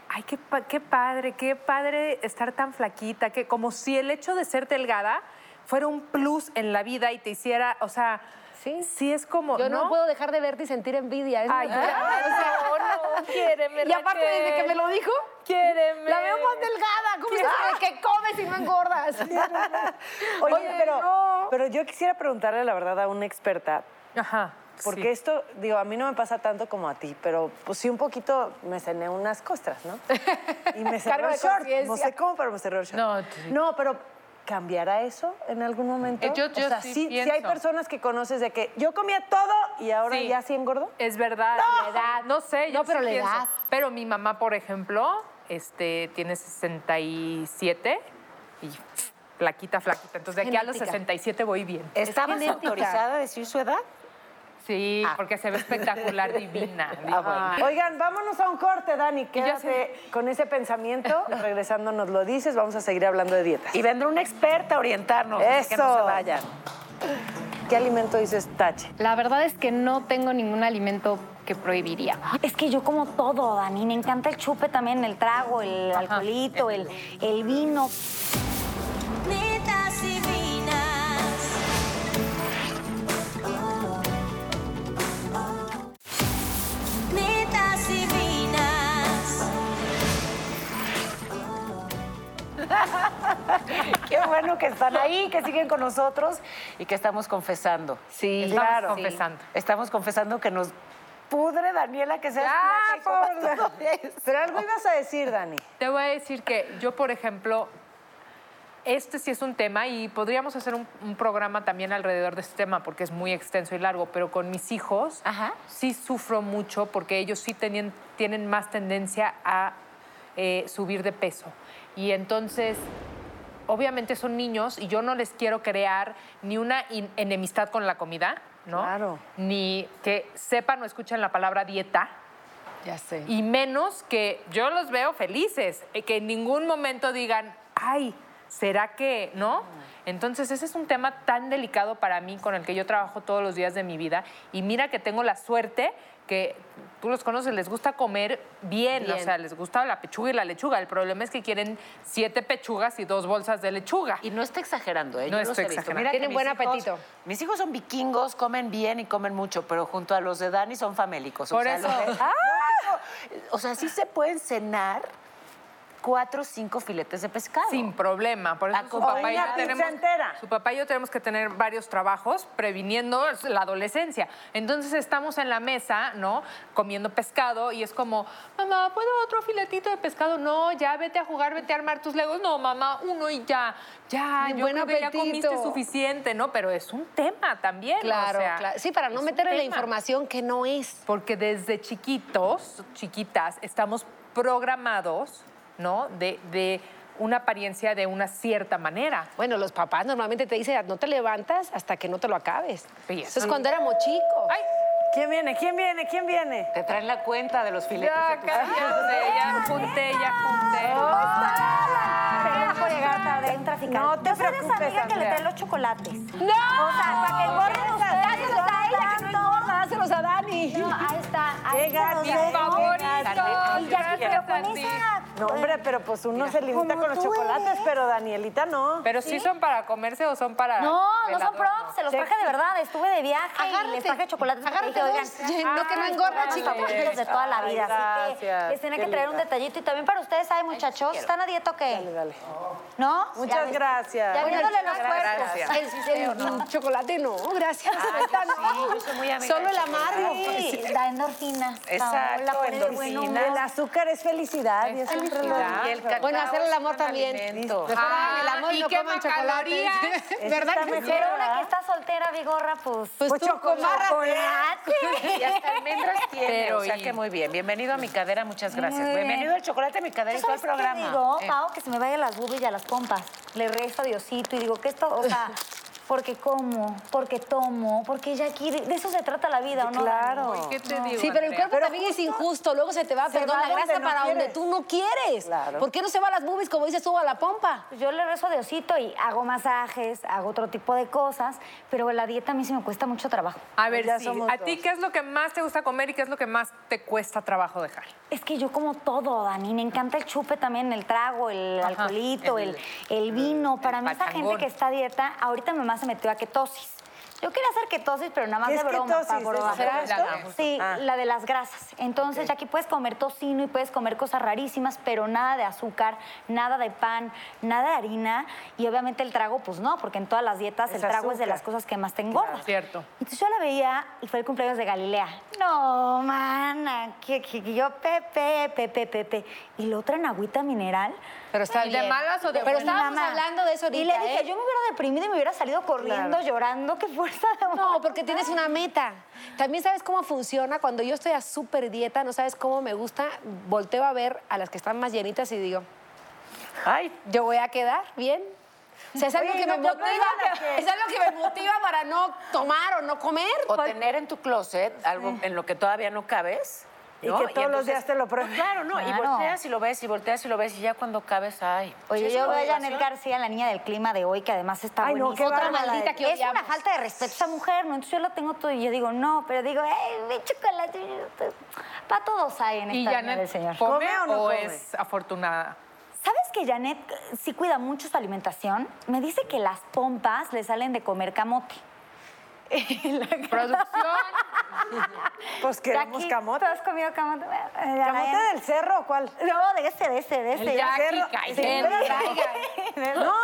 S11: ay, qué, pa- qué padre, qué padre estar tan flaquita, que como si el hecho de ser delgada fuera un plus en la vida y te hiciera, o sea,
S10: Sí.
S11: sí, es como,
S10: Yo no, puedo dejar de verte y sentir envidia. es
S11: Ay,
S10: muy-
S11: ya, o sea, oh, no, <laughs> quiéreme,
S10: Y aparte, desde que me lo dijo,
S11: quiéreme.
S10: la veo más delgada. ¿Cómo se sabe que comes y no engordas?
S12: Oye,
S11: Oye,
S12: pero,
S11: no.
S12: pero yo quisiera preguntarle la verdad a una experta.
S11: Ajá.
S12: Porque
S11: sí.
S12: esto, digo, a mí no me pasa tanto como a ti, pero pues sí un poquito me cené unas costras, ¿no? Y me cerró
S10: Cargo
S12: el
S10: de
S12: short. No
S10: conciencia.
S12: sé cómo, pero me cerró el short.
S11: No, tú sí.
S12: No, pero ¿cambiará eso en algún momento?
S11: Eh, yo-
S12: o
S11: yo
S12: sea,
S11: sí
S12: hay
S11: pienso.
S12: personas que conoces de que yo comía todo y ahora
S11: Sí.
S12: ya sí engordo.
S11: Es verdad, la edad. No sé, yo
S10: No, pero
S11: sí
S10: la
S11: pienso.
S10: edad.
S11: Pero mi mamá, por ejemplo, este, tiene 67 y flaquita, flaquita. Entonces, de aquí a los
S10: Genética.
S11: 67 voy bien.
S10: Eh,
S9: ¿Estabas
S10: genética.
S9: autorizada a decir su edad?
S11: Sí, porque se ve espectacular, divina. divina.
S12: Oigan, vámonos a un corte, Dani. Quédate
S11: sé.
S12: con ese pensamiento. Regresando nos lo dices. Vamos a seguir hablando de dietas.
S9: Y vendrá una experta a orientarnos. así Que no se
S12: Eso.
S9: vayan.
S12: ¿Qué alimento dices, Tache?
S4: La verdad es que
S12: <laughs>
S4: no tengo ningún alimento que prohibiría.
S13: Es que yo como todo, Dani. Me encanta el chupe también, el trago, el alcoholito, el, el vino. Netas divinas. Netas divinas.
S9: Qué bueno que están ahí, que siguen con nosotros y que estamos confesando.
S8: Sí,
S11: Estamos
S8: claro.
S11: confesando.
S9: Estamos confesando que nos pudre, Daniela, que seas
S13: Ah,
S9: flaca y
S11: Ya,
S9: comas
S11: pobre.
S9: todo eso.
S12: Pero algo ibas a decir, Dani.
S11: Te voy a decir que yo, por ejemplo, este sí es un tema y podríamos hacer un, un programa también alrededor de este tema porque es muy extenso y largo, pero con mis hijos
S9: Ajá.
S11: sí sufro mucho porque ellos sí tenían- tienen más tendencia a eh, subir de peso. Y entonces obviamente son niños y yo no les quiero crear ni una in- enemistad con la comida, ¿no?
S12: Claro.
S11: Ni que sepan o escuchen la palabra dieta.
S8: Ya sé.
S11: Y menos que yo los veo felices, eh, que en ningún momento digan, ay, ¿será que no? Entonces ese es un tema tan delicado para mí con el que yo trabajo todos los días de mi vida y mira que tengo la suerte que tú los conoces, les gusta comer bien, o sea, les gusta la pechuga y la lechuga. El problema es que quieren siete pechugas y dos bolsas de lechuga.
S9: Y no está exagerando, ¿eh? Yo
S11: No
S9: los
S11: estoy
S9: he visto.
S11: exagerando.
S9: Mira que
S10: Tienen
S9: mis
S10: buen
S9: hijos-
S10: apetito.
S9: Mis hijos son vikingos, comen bien y comen mucho, pero junto a los de Dani son famélicos.
S11: Por
S9: o sea,
S11: eso.
S9: los de- ¡Ah! o sea, sí se pueden cenar cuatro o cinco filetes de pescado.
S11: Sin problema. Por eso su
S9: Acompañado.
S11: papá, y
S9: Una
S11: yo
S9: pizza
S11: tenemos,
S12: entera.
S11: su papá y yo tenemos que tener varios trabajos previniendo la adolescencia. Entonces estamos en la mesa, ¿no? Comiendo pescado y es como, mamá, ¿puedo otro filetito de pescado? No, ya vete a jugar, vete a armar tus legos. No, mamá, uno y ya. Ya,
S10: Ay,
S11: yo
S10: buen
S11: creo que ya
S10: apetito.
S11: comiste suficiente, ¿no? Pero es un tema también. o
S10: Claro,
S11: sea,
S10: claro. Sí, para no
S11: es un
S10: meterle la
S11: tema.
S10: información que no es.
S11: Porque desde chiquitos, chiquitas, estamos programados, ¿no? De, de una apariencia de una cierta manera.
S10: Bueno, los papás normalmente te dicen, no te levantas hasta que no te lo acabes.
S11: Sí,
S10: Eso es cuando éramos chicos.
S11: ¡Ay!
S12: ¿Quién viene? ¿Quién viene? ¿Quién viene?
S9: Te traen la cuenta de los filetes
S11: Ya,
S9: de tus
S11: cállate, ya junté, ya junté.
S13: Perdón por llegar tarde, un traficante.
S12: No te
S13: Yo soy de
S12: preocupes,
S13: esa amiga que le
S12: Andrea.
S13: trae los chocolates. ¡No! O sea, para que engorden ustedes.
S10: Dáselos a ella, que no
S13: tanto.
S10: engorda, dáselos a Dani.
S13: No, ahí está. Ahí
S12: Llega
S13: está.
S12: mi
S13: los dejo.
S11: favorito,
S13: Y ya que
S11: gracias
S13: pero con
S11: a ti.
S13: esa...
S12: No, hombre, pero pues uno se limita
S13: como
S12: con los
S13: tú
S12: chocolates,
S13: eres.
S12: pero Danielita no.
S11: Pero sí son para comerse o son para.
S13: No, no son
S11: velador,
S13: props, se los
S12: Sí.
S13: traje de verdad. Estuve de viaje y
S10: Agárrate.
S13: les traje chocolates. porque
S10: Agárrate
S13: dije,
S10: dos. No, que no
S13: ay,
S10: engorda,
S13: son
S10: chica.
S13: favoritos de toda la
S12: Ay,
S13: vida. Así que
S12: gracias,
S13: les tenía
S12: qué
S13: que traer un
S12: linda.
S13: detallito. Y también para ustedes, ¿saben, muchachos? ¿Están a dieta o
S12: Dale,
S13: qué?
S12: dale.
S13: ¿No? Ya
S12: Muchas
S13: ves- Ya
S12: gracias.
S13: viéndole los
S11: Gracias.
S13: cuerpos.
S10: El, el chocolate no, gracias. Ahorita no. Solo el amargo.
S13: Sí, da endorfina.
S9: Exacto,
S13: la
S11: pues,
S13: pone de buen humor.
S12: El azúcar es felicidad y es un reloj.
S9: Y el cacao
S10: Bueno, hacer el
S9: es
S10: amor
S9: un
S10: también.
S9: alimento.
S10: Prefiero
S11: Ah,
S10: el amor
S11: y
S10: no
S11: quema
S10: coman chocolates.
S11: calorías.
S12: Eso está
S10: ¿Verdad que sí?
S12: mejor,
S13: Pero una que
S9: Ah.
S12: ¿verdad?
S13: está soltera, Vigorra, pues.
S10: Pues tú comarras.
S13: chocolate.
S8: Y hasta almendras tiene.
S13: Pero
S8: o sea
S13: y-
S8: que muy bien. Bienvenido a mi cadera, muchas gracias.
S13: Muy bien.
S8: Bienvenido al chocolate a mi cadera
S13: ¿Tú
S8: y todo el
S13: sabes
S8: programa.
S13: qué digo,
S8: Eh.
S13: Pao, que se me vayan las boobies y a las pompas. Le rezo a Diosito y digo, que esto? O
S8: <laughs>
S13: sea, porque como, porque tomo, porque ya aquí... De eso se trata la vida, ¿o no?
S12: Claro.
S13: Dani?
S12: ¿Qué te
S13: No.
S12: digo,
S10: Sí, pero el cuerpo también es injusto. Luego se te va,
S12: se
S10: perdón,
S12: va
S10: la
S12: donde
S10: grasa
S12: no
S10: para donde
S12: quieres.
S10: tú no quieres.
S12: Claro.
S10: ¿Por qué no se va a las boobies, como dices tú, a la pompa?
S13: Yo le rezo a Diosito y hago masajes, hago otro tipo de cosas, pero la dieta a mí sí me cuesta mucho trabajo.
S11: A ver,
S13: Ya
S11: sí,
S13: somos
S11: ¿a ti
S13: dos.
S11: qué es lo que más te gusta comer y qué es lo que más te cuesta trabajo dejar?
S13: Es que yo como todo, Dani. Me encanta el chupe también, el trago, el
S8: Ah.
S11: Ajá,
S13: alcoholito, el, el vino. Para mí, esa gente
S11: pachangón.
S13: que está a dieta, ahorita mi mamá se metió a ketosis. Yo quería hacer ketosis, pero nada más
S12: ¿Qué
S13: de
S12: es
S13: broma.
S12: ketosis?
S13: para probar.
S12: ¿Es hacer esto?
S13: Sí,
S12: Ah.
S13: la de las grasas. Entonces, ya aquí puedes comer tocino y puedes comer cosas rarísimas, pero nada de azúcar, nada de pan, nada de harina. Y obviamente el trago, pues no, porque en todas las dietas
S11: Es
S13: el trago es de
S11: azúcar.
S13: las cosas que más te engorda.
S11: Cierto.
S13: Entonces yo la veía y fue el cumpleaños de Galilea. No, mana, que, que- que yo Pepe, Pepe, Pepe. Y lo otra en agüita mineral.
S11: Pero está ¿Y de bien. malas o de
S13: Pero
S11: buenas?
S13: estábamos
S11: Mamá.
S13: hablando de eso ahorita, Y le dije,
S10: ¿eh?
S13: yo me hubiera deprimido y me hubiera salido corriendo,
S10: Claro.
S13: llorando. Qué fuerza de amor.
S10: No, porque tienes una meta. También sabes cómo funciona. Cuando yo estoy a súper dieta, no sabes cómo me gusta. Volteo a ver a las que están más llenitas y digo, ay, yo voy a quedar bien. O sea, es algo
S8: Oye,
S10: que
S8: ¿y no te
S10: me motiva.
S8: obligan a qué?
S10: Es algo que me motiva para no tomar o no comer.
S8: O
S10: Pues,
S8: tener en tu closet algo en lo que todavía no cabes.
S12: Y
S8: ¿no?
S12: que todos los días te lo pruebes.
S8: No, claro, no. Y
S13: Claro.
S8: volteas y lo ves, y volteas y lo ves, y ya cuando cabes, ay.
S13: Oye,
S8: es
S13: yo
S8: una
S13: veo a Janet
S8: obligación.
S13: García, la niña del clima de hoy, que además está
S12: Ay, no,
S13: buenísima.
S12: qué
S13: Otra
S12: bárbara
S13: maldita
S12: es.
S13: que Es una falta de respeto a esa mujer, ¿no? Entonces yo la tengo todo y yo digo, no, pero digo, ¡eh, mi chocolate! Para todos hay en
S11: ¿Y
S13: esta niña
S11: Janet
S13: del señor.
S11: come o, es afortunada?
S13: ¿Sabes que Janet eh, sí cuida mucho su alimentación? Me dice que las pompas le salen de comer
S11: <laughs>
S13: camote.
S11: Producción.
S12: Pues queremos
S13: Jackie,
S12: camote.
S13: ¿Tú has comido camote?
S12: ¿Camote del cerro o
S13: <laughs>
S12: cuál?
S13: No, de ese, de <laughs> ese, de ese.
S12: Cerro- Sí, fuera de- No,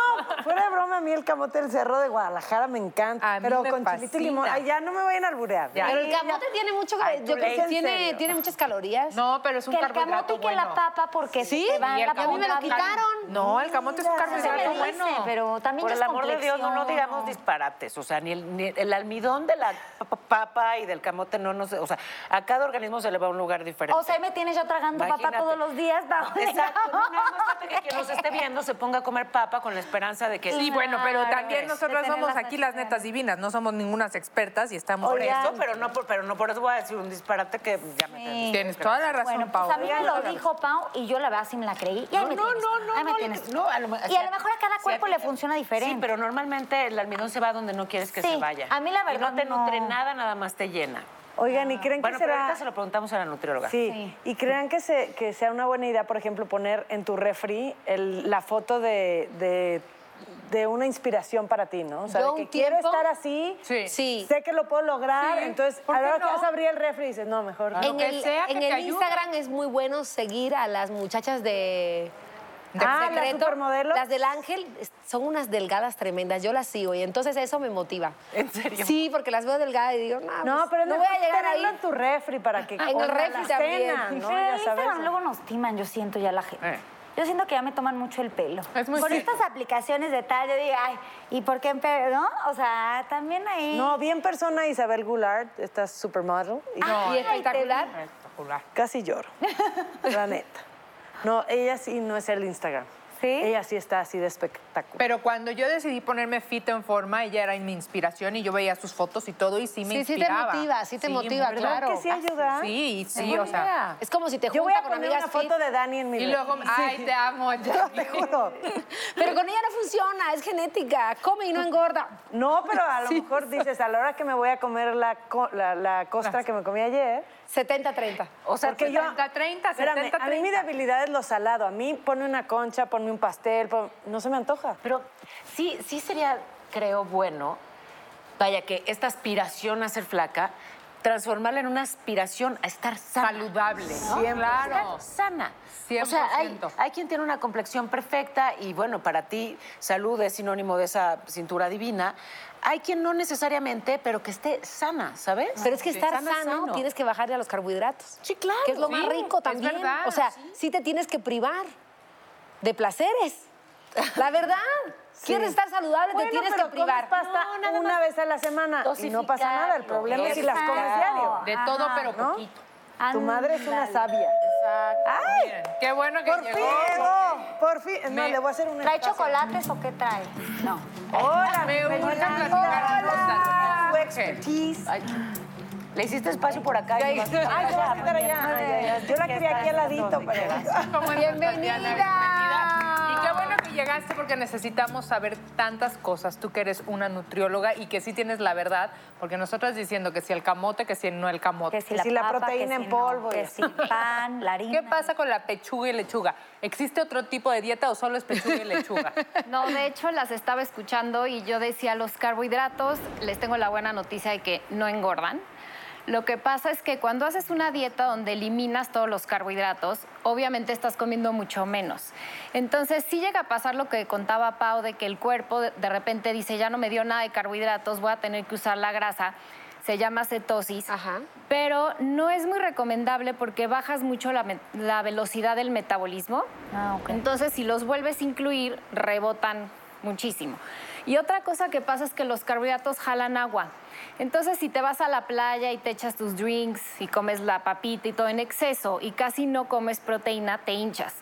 S12: fuera de broma, a mí el camote del cerro de Guadalajara me encanta.
S11: A mí
S12: pero
S11: me
S12: con chilito y
S11: fascina.
S12: limón. Ay, ya no me vayan a alburear.
S11: Ya.
S10: Pero el camote tiene mucho, yo creo que
S12: ¿en
S10: tiene,
S12: serio?
S10: tiene muchas calorías.
S11: No, pero es un
S13: Que el camote
S11: carbohidrato
S13: y que la
S11: bueno.
S13: papa, porque se
S10: Sí,
S13: te va
S11: Y el
S13: la
S11: camote-
S10: a mí me lo
S13: pompa.
S10: quitaron.
S11: No, el camote es un
S13: Eso se me
S11: carbohidrato
S13: dice,
S11: bueno.
S13: Pero también
S8: Por
S13: ya
S8: el
S13: es
S8: amor de Dios, no, no
S13: complexión.
S8: digamos disparates. O sea, ni el, ni el almidón de la pa- papa y del camote no nos. O sea, a cada organismo se le va a un lugar diferente.
S13: O sea, ahí me tienes yo tragando papá
S8: Imagínate.
S13: todos los días. ¿no?
S8: Exacto. No, no es más fácil que quien nos esté viendo se ponga a comer papa con la esperanza de que.
S11: Sí, bueno, pero también
S8: Claro.
S11: nosotras
S13: De tener
S11: somos
S13: las
S11: aquí las
S13: necesidades.
S11: netas divinas, no somos ningunas expertas y estamos
S8: Por
S11: en
S8: eso,
S11: esto.
S8: pero no por, pero no por eso voy a decir un disparate que ya me entendí.
S11: Tienes toda la razón,
S13: Bueno, pues
S11: Paola.
S13: a mí me lo dijo Pau y yo la verdad sí me la creí. Y ahí
S8: No,
S13: me
S8: no,
S13: tienes.
S8: no, no,
S13: Ahí me
S8: no,
S13: tienes.
S8: no, a lo me-
S13: y a lo mejor a cada
S8: sí,
S13: cuerpo
S8: a-
S13: le funciona diferente.
S8: Sí, pero normalmente el almidón se va donde no quieres que
S13: Sí,
S8: se vaya.
S13: a mí la
S8: Y no
S13: verdad
S8: te
S13: no.
S8: nutre nada, nada más te llena.
S12: Oigan, ¿y creen
S8: Bueno,
S12: que
S8: pero
S12: será...?
S8: ahorita se lo preguntamos a la nutrióloga.
S12: Sí. y crean que, se- que sea una buena idea, por ejemplo, poner en tu refri el- la foto de, de- de una inspiración para ti, ¿no? O sea,
S10: Yo
S12: de
S10: un
S12: que quiero
S10: tiempo-
S12: estar así,
S11: Sí.
S10: Sí.
S12: sé que lo puedo lograr,
S11: Sí,
S12: entonces
S11: ¿por
S12: a
S11: qué
S12: la hora que
S11: no?
S12: vas a abrir el refri dices, no, mejor...
S10: En
S11: que
S10: el,
S11: sea que
S10: en
S11: te
S10: el
S11: ayude.
S10: Instagram es muy bueno seguir a las muchachas de... de
S12: Ah, ¿las
S10: secreto.
S12: supermodelos?
S10: Las del Ángel es- son unas delgadas tremendas, yo las sigo y entonces eso me motiva.
S8: ¿En serio?
S10: Sí, porque las veo delgadas y digo, no,
S12: No,
S10: pues,
S12: pero es
S10: no voy
S12: mejor
S10: a llegar ahí.
S12: tenerlo en tu refri para que...
S10: <laughs> En el
S12: o la
S10: refri también.
S12: cena,
S10: Sí,
S12: ¿no?
S13: Pero
S12: Ya
S13: en
S12: sabes.
S13: Instagram luego nos timan, yo siento ya la gente.
S8: Eh.
S13: Yo siento que ya me toman mucho el pelo.
S11: Es muy
S13: Con
S11: cierto.
S13: estas aplicaciones de tal, yo digo, ay, ¿y por qué? empe- ¿No? O sea, también ahí...
S12: No, bien persona Isabel Goulart, esta supermodel, y
S10: No, y espectacular.
S11: Espectacular.
S12: casi lloro, la neta. No, ella sí no es el Instagram.
S13: ¿Sí?
S12: Ella sí está así de espectacular.
S11: Pero cuando yo decidí ponerme fit en forma, ella era mi inspiración y yo veía sus fotos y todo y sí me
S10: Sí, sí te
S11: inspiraba.
S10: motiva, sí te motiva,
S11: ¿verdad? Ah,
S10: claro.
S12: que sí ayuda?
S11: Sí, y sí,
S8: buena
S11: o sea.
S10: Es como si te
S12: Yo voy
S10: juntas
S12: a
S10: con
S12: poner
S10: amigas
S12: una foto
S10: fit.
S12: de Dani en mi
S11: Y
S12: refri.
S11: luego, ay,
S12: <laughs>
S11: te amo, ya.
S12: Te juro.
S10: <laughs> Pero con ella no funciona, es genética, come y no engorda.
S12: No, pero a lo mejor dices, a la hora que me voy a comer la, co- la, la costra que me comí ayer.
S10: 70-30.
S11: O sea,
S12: porque
S11: que
S12: yo-
S11: 30, 30,
S12: Espérame,
S11: 70,
S12: a mí mi debilidad es lo salado. A mí ponme una concha, ponme un pastel, pon- no se me antoja.
S8: Pero sí, sí sería, creo, bueno, vaya, que esta aspiración a ser flaca, transformarla en una aspiración a estar sana.
S11: Saludable, ¿no?
S8: Siempre,
S11: Claro.
S8: estar sana. O
S11: 100%.
S8: sea, hay, hay quien tiene una complexión perfecta y bueno, para ti salud es sinónimo de esa cintura divina. Hay quien no necesariamente, pero que esté sana, ¿sabes?
S10: ¿Eh? Pero es que estar
S8: Sana,
S10: sano,
S8: sano.
S10: tienes que bajarle a los carbohidratos.
S8: Sí, claro.
S10: Que es lo más
S8: Sí,
S10: rico
S11: es
S10: también.
S11: verdad,
S10: o sea,
S11: sí.
S10: <laughs> sí te tienes que privar de placeres. La verdad. ¿Quieres estar saludable?
S12: Bueno,
S10: te tienes
S12: pero
S10: que privar.
S12: comes pasta una vez a la semana y no pasa nada. El problema es si las comes diario.
S11: De todo, pero
S12: ¿no?
S11: poquito.
S12: Tu madre es una sabia.
S11: Exacto.
S12: ¡Ay!
S11: Miren, Qué bueno que
S12: Por fin
S11: llegó.
S12: llegó, por fin. No,
S11: Me-
S12: le voy a hacer un
S13: ¿Trae
S12: espacio.
S13: chocolates o qué trae? No.
S12: Hola,
S11: Me
S12: bienvenida.
S11: urge
S12: Hola.
S11: platicar
S12: Tu
S11: cosas.
S12: expertise.
S8: Le hiciste espacio por acá. y más-
S12: Ay, yo voy a estar allá. Ay, ay, ay. Yo la quería aquí al ladito, pero...
S11: ¿Cómo estás, Tatiana? Bienvenida. Y qué bueno que llegaste porque necesitamos saber tantas cosas. Tú que eres una nutrióloga y que sí tienes la verdad, porque nosotras diciendo que si el camote, que si no el camote.
S13: Que si
S12: Que
S13: la,
S12: si la
S13: papa,
S12: proteína
S13: que
S12: en
S13: si
S12: polvo.
S13: No, que si pan, la harina.
S11: ¿Qué pasa con la pechuga y lechuga? ¿Existe otro tipo de dieta o solo es pechuga y lechuga?
S15: No, de hecho las estaba escuchando y yo decía los carbohidratos, les tengo la buena noticia de que no engordan. Lo que pasa es que cuando haces una dieta donde eliminas todos los carbohidratos, obviamente estás comiendo mucho menos. <laughs> Entonces sí llega a pasar lo que contaba Pau de que el cuerpo de de repente dice, ya no me dio nada de carbohidratos, voy a tener que usar la grasa. Se llama cetosis.
S10: Ajá.
S15: Pero no es muy recomendable porque bajas mucho la, me- la velocidad del metabolismo.
S13: Ah, ok.
S15: Entonces, si los vuelves a incluir, rebotan muchísimo. Y otra cosa que pasa es que los carbohidratos jalan agua. Entonces, si te vas a la playa y te echas tus drinks y comes la papita y todo en exceso y casi no comes proteína, te hinchas.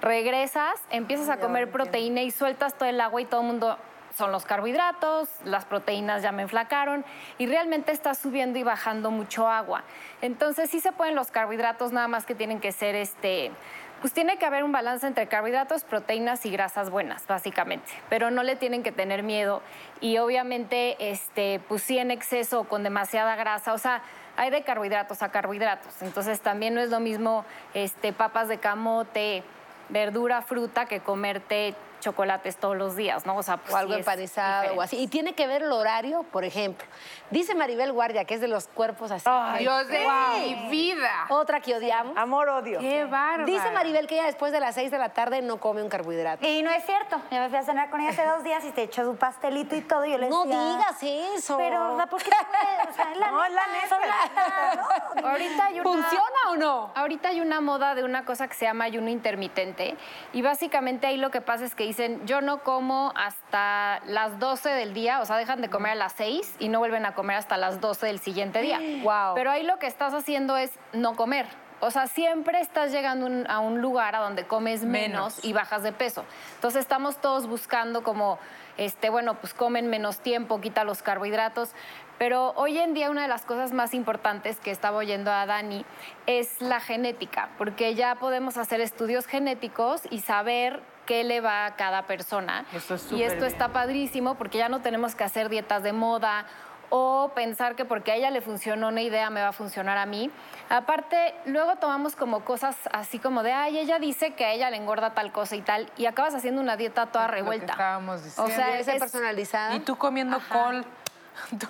S15: Regresas, empiezas a comer proteína y sueltas todo el agua y todo el mundo son los carbohidratos, las proteínas ya me enflacaron y realmente estás subiendo y bajando mucho agua. Entonces sí se pueden los carbohidratos, nada más que tienen que ser este, pues tiene que haber un balance entre carbohidratos, proteínas y grasas buenas, básicamente, pero no le tienen que tener miedo y obviamente este, pues sí en exceso o con demasiada grasa, o sea, hay de carbohidratos a carbohidratos, entonces también no es lo mismo este, papas de camote, verdura, fruta que comerte chocolates todos los días, ¿no? O sea, pues
S10: o algo
S15: sí es
S10: empanizado o
S15: diferente.
S10: así. Y tiene que ver el horario, por ejemplo. Dice Maribel Guardia, que es de los cuerpos así.
S11: Dios de mi vida.
S10: Otra que odiamos.
S12: Amor-odio.
S11: Qué bárbaro.
S10: Dice Maribel que ella después de las 6 de la tarde no come un carbohidrato.
S13: Y no es cierto. Yo me fui a cenar con ella hace dos días y te echó su pastelito y todo. Y yo le
S10: No
S13: decía,
S10: digas eso.
S13: Pero, ¿verdad? ¿por qué no puedes? O sea, es
S10: <laughs>
S13: la
S12: No, es la
S13: neta, son
S12: neta.
S13: la neta, ¿no?
S15: Ahorita hay una...
S10: ¿Funciona o no?
S15: Ahorita hay una moda de una cosa que se llama ayuno intermitente y básicamente ahí lo que pasa es que dicen yo no como hasta las 12 del día, o sea, dejan de comer a las 6 y no vuelven a comer hasta las 12 del siguiente
S10: <gasps>
S15: día.
S10: Wow.
S15: Pero ahí lo que estás haciendo es no comer. O sea, siempre estás llegando un- a un lugar a donde comes menos,
S11: Menos.
S15: y bajas de peso. Entonces estamos todos buscando como, este, bueno, pues comen menos tiempo, quita los carbohidratos. Pero hoy en día una de las cosas más importantes que estaba oyendo a Dani es la genética, porque ya podemos hacer estudios genéticos y saber qué le va a cada persona.
S11: Eso es
S15: y
S11: súper
S15: esto
S11: bien.
S15: está padrísimo porque ya no tenemos que hacer dietas de moda o pensar que porque a ella le funcionó una idea me va a funcionar a mí. Aparte, luego tomamos como cosas así como de, ay, ella dice que a ella le engorda tal cosa y tal, y acabas haciendo una dieta toda
S11: Es lo que
S15: revuelta.
S11: estábamos diciendo.
S15: O sea,
S10: Puede ser
S15: es-
S10: personalizada.
S11: Y tú comiendo col <laughs>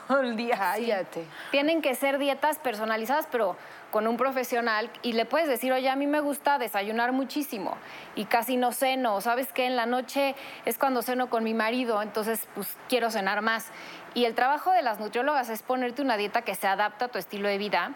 S11: todo el día.
S10: Cállate.
S15: tienen que ser dietas personalizadas, pero con un profesional y le puedes decir, oye, a mí me gusta desayunar muchísimo y casi no ceno, ¿sabes qué? En la noche es cuando ceno con mi marido, entonces pues quiero cenar más. Y el trabajo de las nutriólogas es ponerte una dieta que se adapta a tu estilo de vida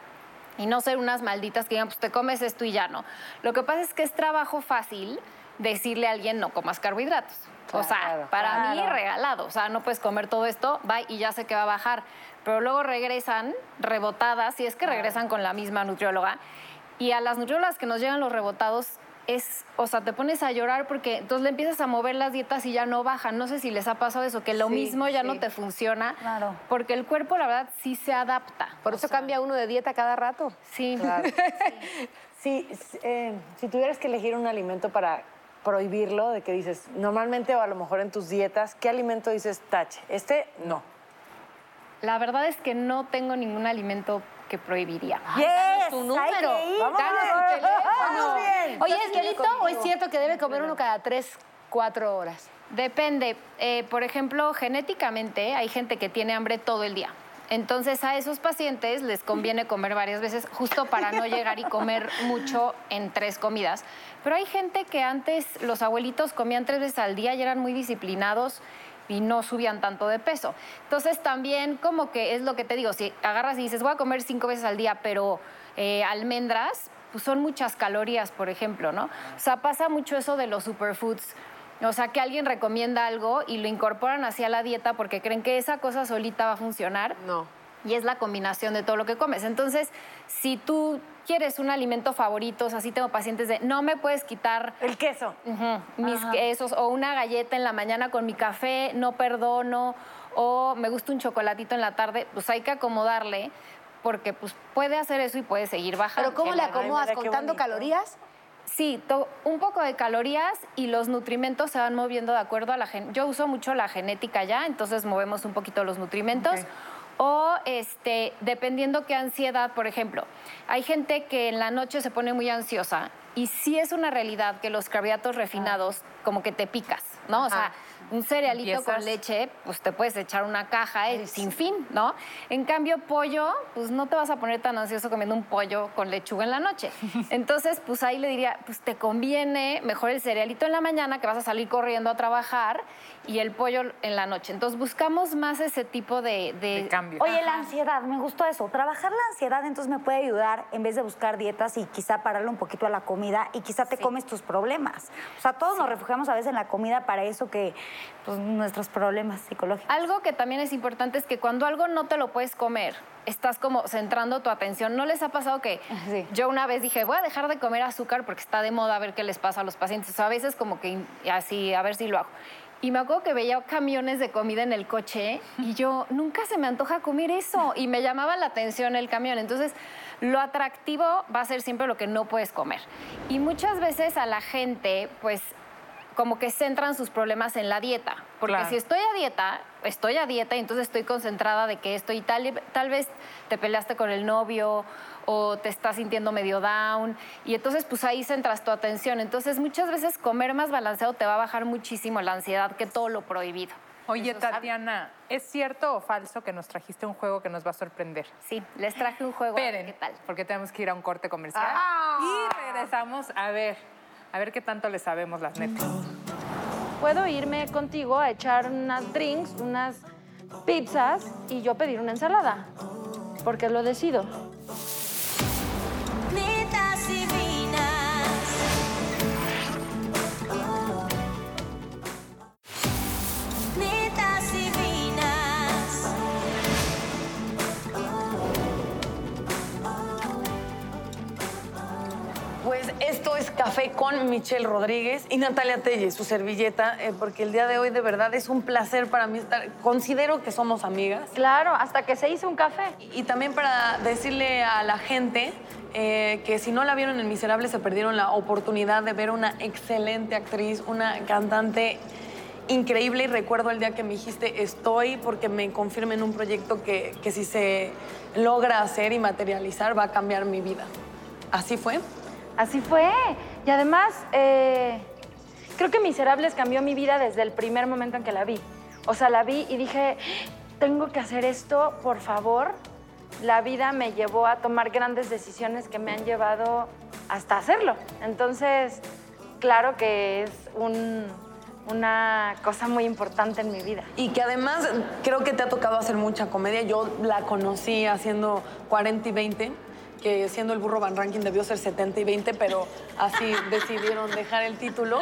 S15: y no ser unas malditas que digan, pues te comes esto y ya no. Lo que pasa es que es trabajo fácil decirle a alguien no comas carbohidratos. o sea, para mí regalado. O sea, no puedes comer todo esto, va y ya sé que va a bajar. Pero luego regresan rebotadas, si es que regresan con la misma nutrióloga. Y a las nutriólogas que nos llegan los rebotados es, o sea, te pones a llorar porque entonces le empiezas a mover las dietas y ya no bajan. No sé si les ha pasado eso, que lo
S10: Sí,
S15: mismo ya no
S10: sí.
S15: te funciona.
S13: Claro.
S15: Porque el cuerpo, la verdad, sí se adapta.
S10: Por eso cambia uno de dieta cada rato.
S15: Sí.
S12: Sí, s- eh, si tuvieras que elegir un alimento para prohibirlo, de que dices, normalmente o a lo mejor en tus dietas, ¿qué alimento dices tache? Este, no.
S15: La verdad es que no tengo ningún alimento que prohibiría.
S13: Yes,
S10: tu
S13: hay
S10: número.
S13: que ir.
S12: Vamos
S10: Danos tu
S12: Vamos bien.
S10: Oye, ¿es mito o es cierto que debe comer uno cada 3, 4 horas?
S15: Depende. Eh, por ejemplo, genéticamente hay gente que tiene hambre todo el día. Entonces a esos pacientes les conviene comer varias veces justo para no llegar y comer mucho en tres comidas. Pero hay gente que antes los abuelitos comían tres veces al día y eran muy disciplinados y no subían tanto de peso. Entonces también como que es lo que te digo, si agarras y dices voy a comer cinco veces al día, pero eh, almendras, pues son muchas calorías, por ejemplo, ¿no? O sea, pasa mucho eso de los superfoods. O sea, que alguien recomienda algo y lo incorporan hacia la dieta porque creen que esa cosa solita va a funcionar.
S11: No.
S15: Y es la combinación de todo lo que comes. Entonces, si tú quieres un alimento favorito, o sea, sí tengo pacientes de no me puedes quitar.
S16: El queso.
S15: mis
S16: Ajá.
S15: quesos, o una galleta en la mañana con mi café, no perdono, o me gusta un chocolatito en la tarde, pues hay que acomodarle, porque pues puede hacer eso y puede seguir bajando.
S17: Pero ¿cómo le acomodas? ¿Contando calorías?
S15: Sí, to- un poco de calorías y los nutrimentos se van moviendo de acuerdo a la gen. Yo uso mucho la genética ya, entonces movemos un poquito los nutrimentos. O este, dependiendo qué ansiedad, por ejemplo, hay gente que en la noche se pone muy ansiosa y sí es una realidad que los carbohidratos refinados como que te picas, ¿no? O sea, un cerealito
S11: Empiezas.
S15: con leche, pues te puedes echar una caja eh, sin fin, ¿no? En cambio, pollo, pues no te vas a poner tan ansioso comiendo un pollo con lechuga en la noche. Entonces, pues ahí le diría, pues te conviene mejor el cerealito en la mañana que vas a salir corriendo a trabajar y el pollo en la noche. Entonces, buscamos más ese tipo de... de...
S11: cambio.
S13: Oye, la ansiedad, me gustó eso. Trabajar la ansiedad entonces me puede ayudar en vez de buscar dietas y quizá pararle un poquito a la comida y quizá te comes tus problemas. O sea, todos nos refugiamos a veces en la comida para eso que pues, nuestros problemas psicológicos.
S15: Algo que también es importante es que cuando algo no te lo puedes comer, estás como centrando tu atención. ¿No les ha pasado que yo una vez dije, voy a dejar de comer azúcar porque está de moda a ver qué les pasa a los pacientes? O sea, a veces como que in- así, a ver si lo hago. Y me acuerdo que veía camiones de comida en el coche y yo, nunca se me antoja comer eso. Y me llamaba la atención el camión. Entonces, lo atractivo va a ser siempre lo que no puedes comer. Y muchas veces a la gente, pues, como que centran sus problemas en la dieta. Porque
S11: Claro.
S15: si estoy a dieta, estoy a dieta y entonces estoy concentrada de que estoy tal, tal vez te peleaste con el novio o te estás sintiendo medio down y entonces pues ahí centras tu atención. Entonces muchas veces comer más balanceado te va a bajar muchísimo la ansiedad que todo lo prohibido.
S11: Oye, Tatiana, ¿es cierto o falso que nos trajiste un juego que nos va a sorprender?
S15: Sí, les traje un juego.
S11: Esperen, ¿qué tal? Ah. Porque tenemos que ir a un corte comercial. Y regresamos a ver, a ver qué tanto le sabemos las netas.
S18: Puedo irme contigo a echar unas drinks, unas pizzas y yo pedir una ensalada. Porque lo decido.
S19: Netas divinas. Netas divinas.
S10: Pues esto es Café con Michelle Rodríguez y Natalia Telle, su servilleta, eh, porque el día de hoy de verdad es un placer para mí estar. Considero que somos amigas. Claro, hasta que se hizo un café. Y, y también para decirle a la gente eh, que si no la vieron en Miserable se perdieron la oportunidad de ver una excelente actriz, una cantante increíble y recuerdo el día que me dijiste estoy porque me confirmen un proyecto que, que si se logra hacer y materializar va a cambiar mi vida. ¿Así fue?
S18: Así fue. Y además, eh, creo que Miserables cambió mi vida desde el primer momento en que la vi. O sea, la vi y dije, tengo que hacer esto, por favor. La vida me llevó a tomar grandes decisiones que me han llevado hasta hacerlo. Entonces, claro que es un- una cosa muy importante en mi vida.
S10: Y que además creo que te ha tocado hacer mucha comedia. Yo la conocí haciendo 40 y 20, que siendo el burro Van Ranking debió ser 70 y 20, pero así decidieron dejar el título.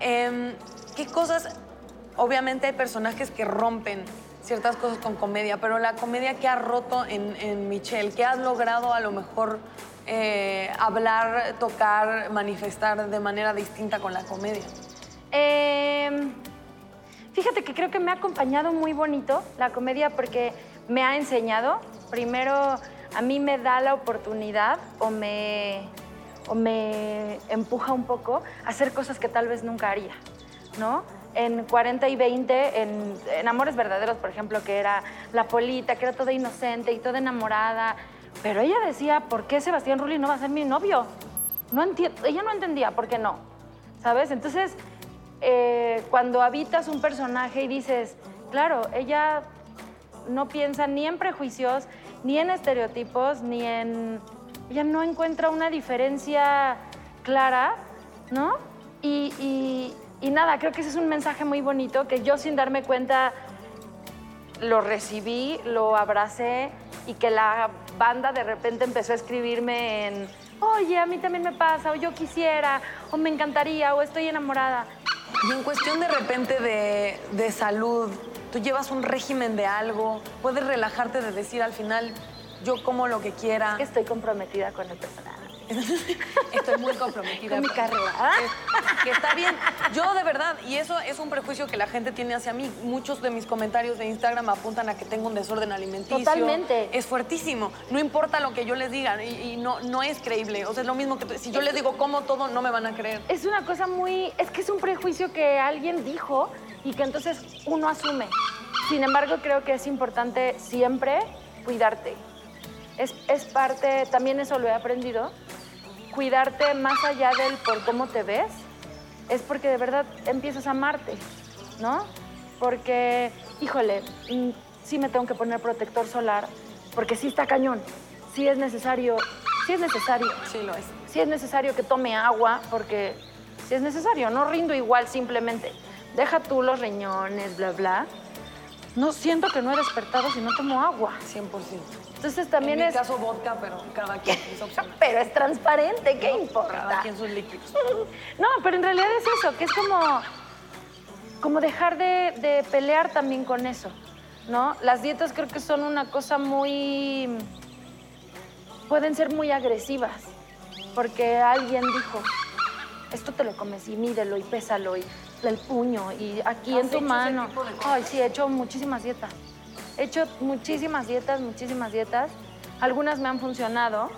S10: Em, ¿Qué cosas? Obviamente hay personajes que rompen ciertas cosas con comedia, pero la comedia que ha roto en, en Michelle, que has logrado a lo mejor eh, hablar, tocar, manifestar de manera distinta con la comedia.
S18: Eh, fíjate que creo que me ha acompañado muy bonito la comedia porque me ha enseñado. Primero, a mí me da la oportunidad o me, o me empuja un poco a hacer cosas que tal vez nunca haría, ¿no? En 40 y 20, en, en Amores Verdaderos, por ejemplo, que era la Polita, que era toda inocente y toda enamorada. Pero ella decía, ¿por qué Sebastián Rulli no va a ser mi novio? No entiendo, ella no entendía por qué no, ¿sabes? Entonces, eh, cuando habitas un personaje y dices, claro, ella no piensa ni en prejuicios, ni en estereotipos, ni en... Ella no encuentra una diferencia clara, ¿no? Y, y- y nada, creo que ese es un mensaje muy bonito que yo sin darme cuenta lo recibí, lo abracé y que la banda de repente empezó a escribirme en, oye, a mí también me pasa, o yo quisiera, o me encantaría, o estoy enamorada.
S11: Y en cuestión de repente de, de salud, tú llevas un régimen de algo, puedes relajarte de decir al final, yo como lo que quiera.
S15: Es que estoy comprometida con el personal.
S11: <laughs> Estoy muy comprometida.
S15: Con mi carrera.
S11: Que, que está bien. Yo de verdad, y eso es un prejuicio que la gente tiene hacia mí. Muchos de mis comentarios de Instagram apuntan a que tengo un desorden alimenticio.
S15: Totalmente.
S11: Es fuertísimo. No importa lo que yo les diga y, y no, no es creíble. O sea, es lo mismo que tú- si yo les digo como todo, no me van a creer.
S15: Es una cosa muy. Es que es un prejuicio que alguien dijo y que entonces uno asume. Sin embargo, creo que es importante siempre cuidarte. Es, es parte, también eso lo he aprendido. Cuidarte más allá del por cómo te ves, es porque de verdad empiezas a amarte, ¿no? Porque, híjole, mm, sí me tengo que poner protector solar, porque sí está cañón. Sí es necesario, sí es necesario.
S11: Sí lo es.
S15: Sí es necesario que tome agua, porque sí es necesario. No rindo igual simplemente. Deja tú los riñones, bla, bla. No siento que no he despertado si no tomo agua.
S11: 100%.
S15: Entonces también
S11: en
S15: es...
S11: mi caso vodka, pero cada quien es opcional.
S15: Pero es transparente, ¿qué
S11: Cada
S15: importa?
S11: quien sus líquidos.
S15: No, pero en realidad es eso, que es como, como dejar de, de pelear también con eso, ¿no? Las dietas creo que son una cosa muy... pueden ser muy agresivas, porque alguien dijo, esto te lo comes y mídelo y pésalo y el puño y aquí
S11: ¿Has
S15: en tu
S11: hecho ese
S15: mano.
S11: tipo de cosas?
S15: Ay, sí, he hecho muchísimas dietas. He hecho muchísimas dietas, muchísimas dietas. Algunas me han funcionado,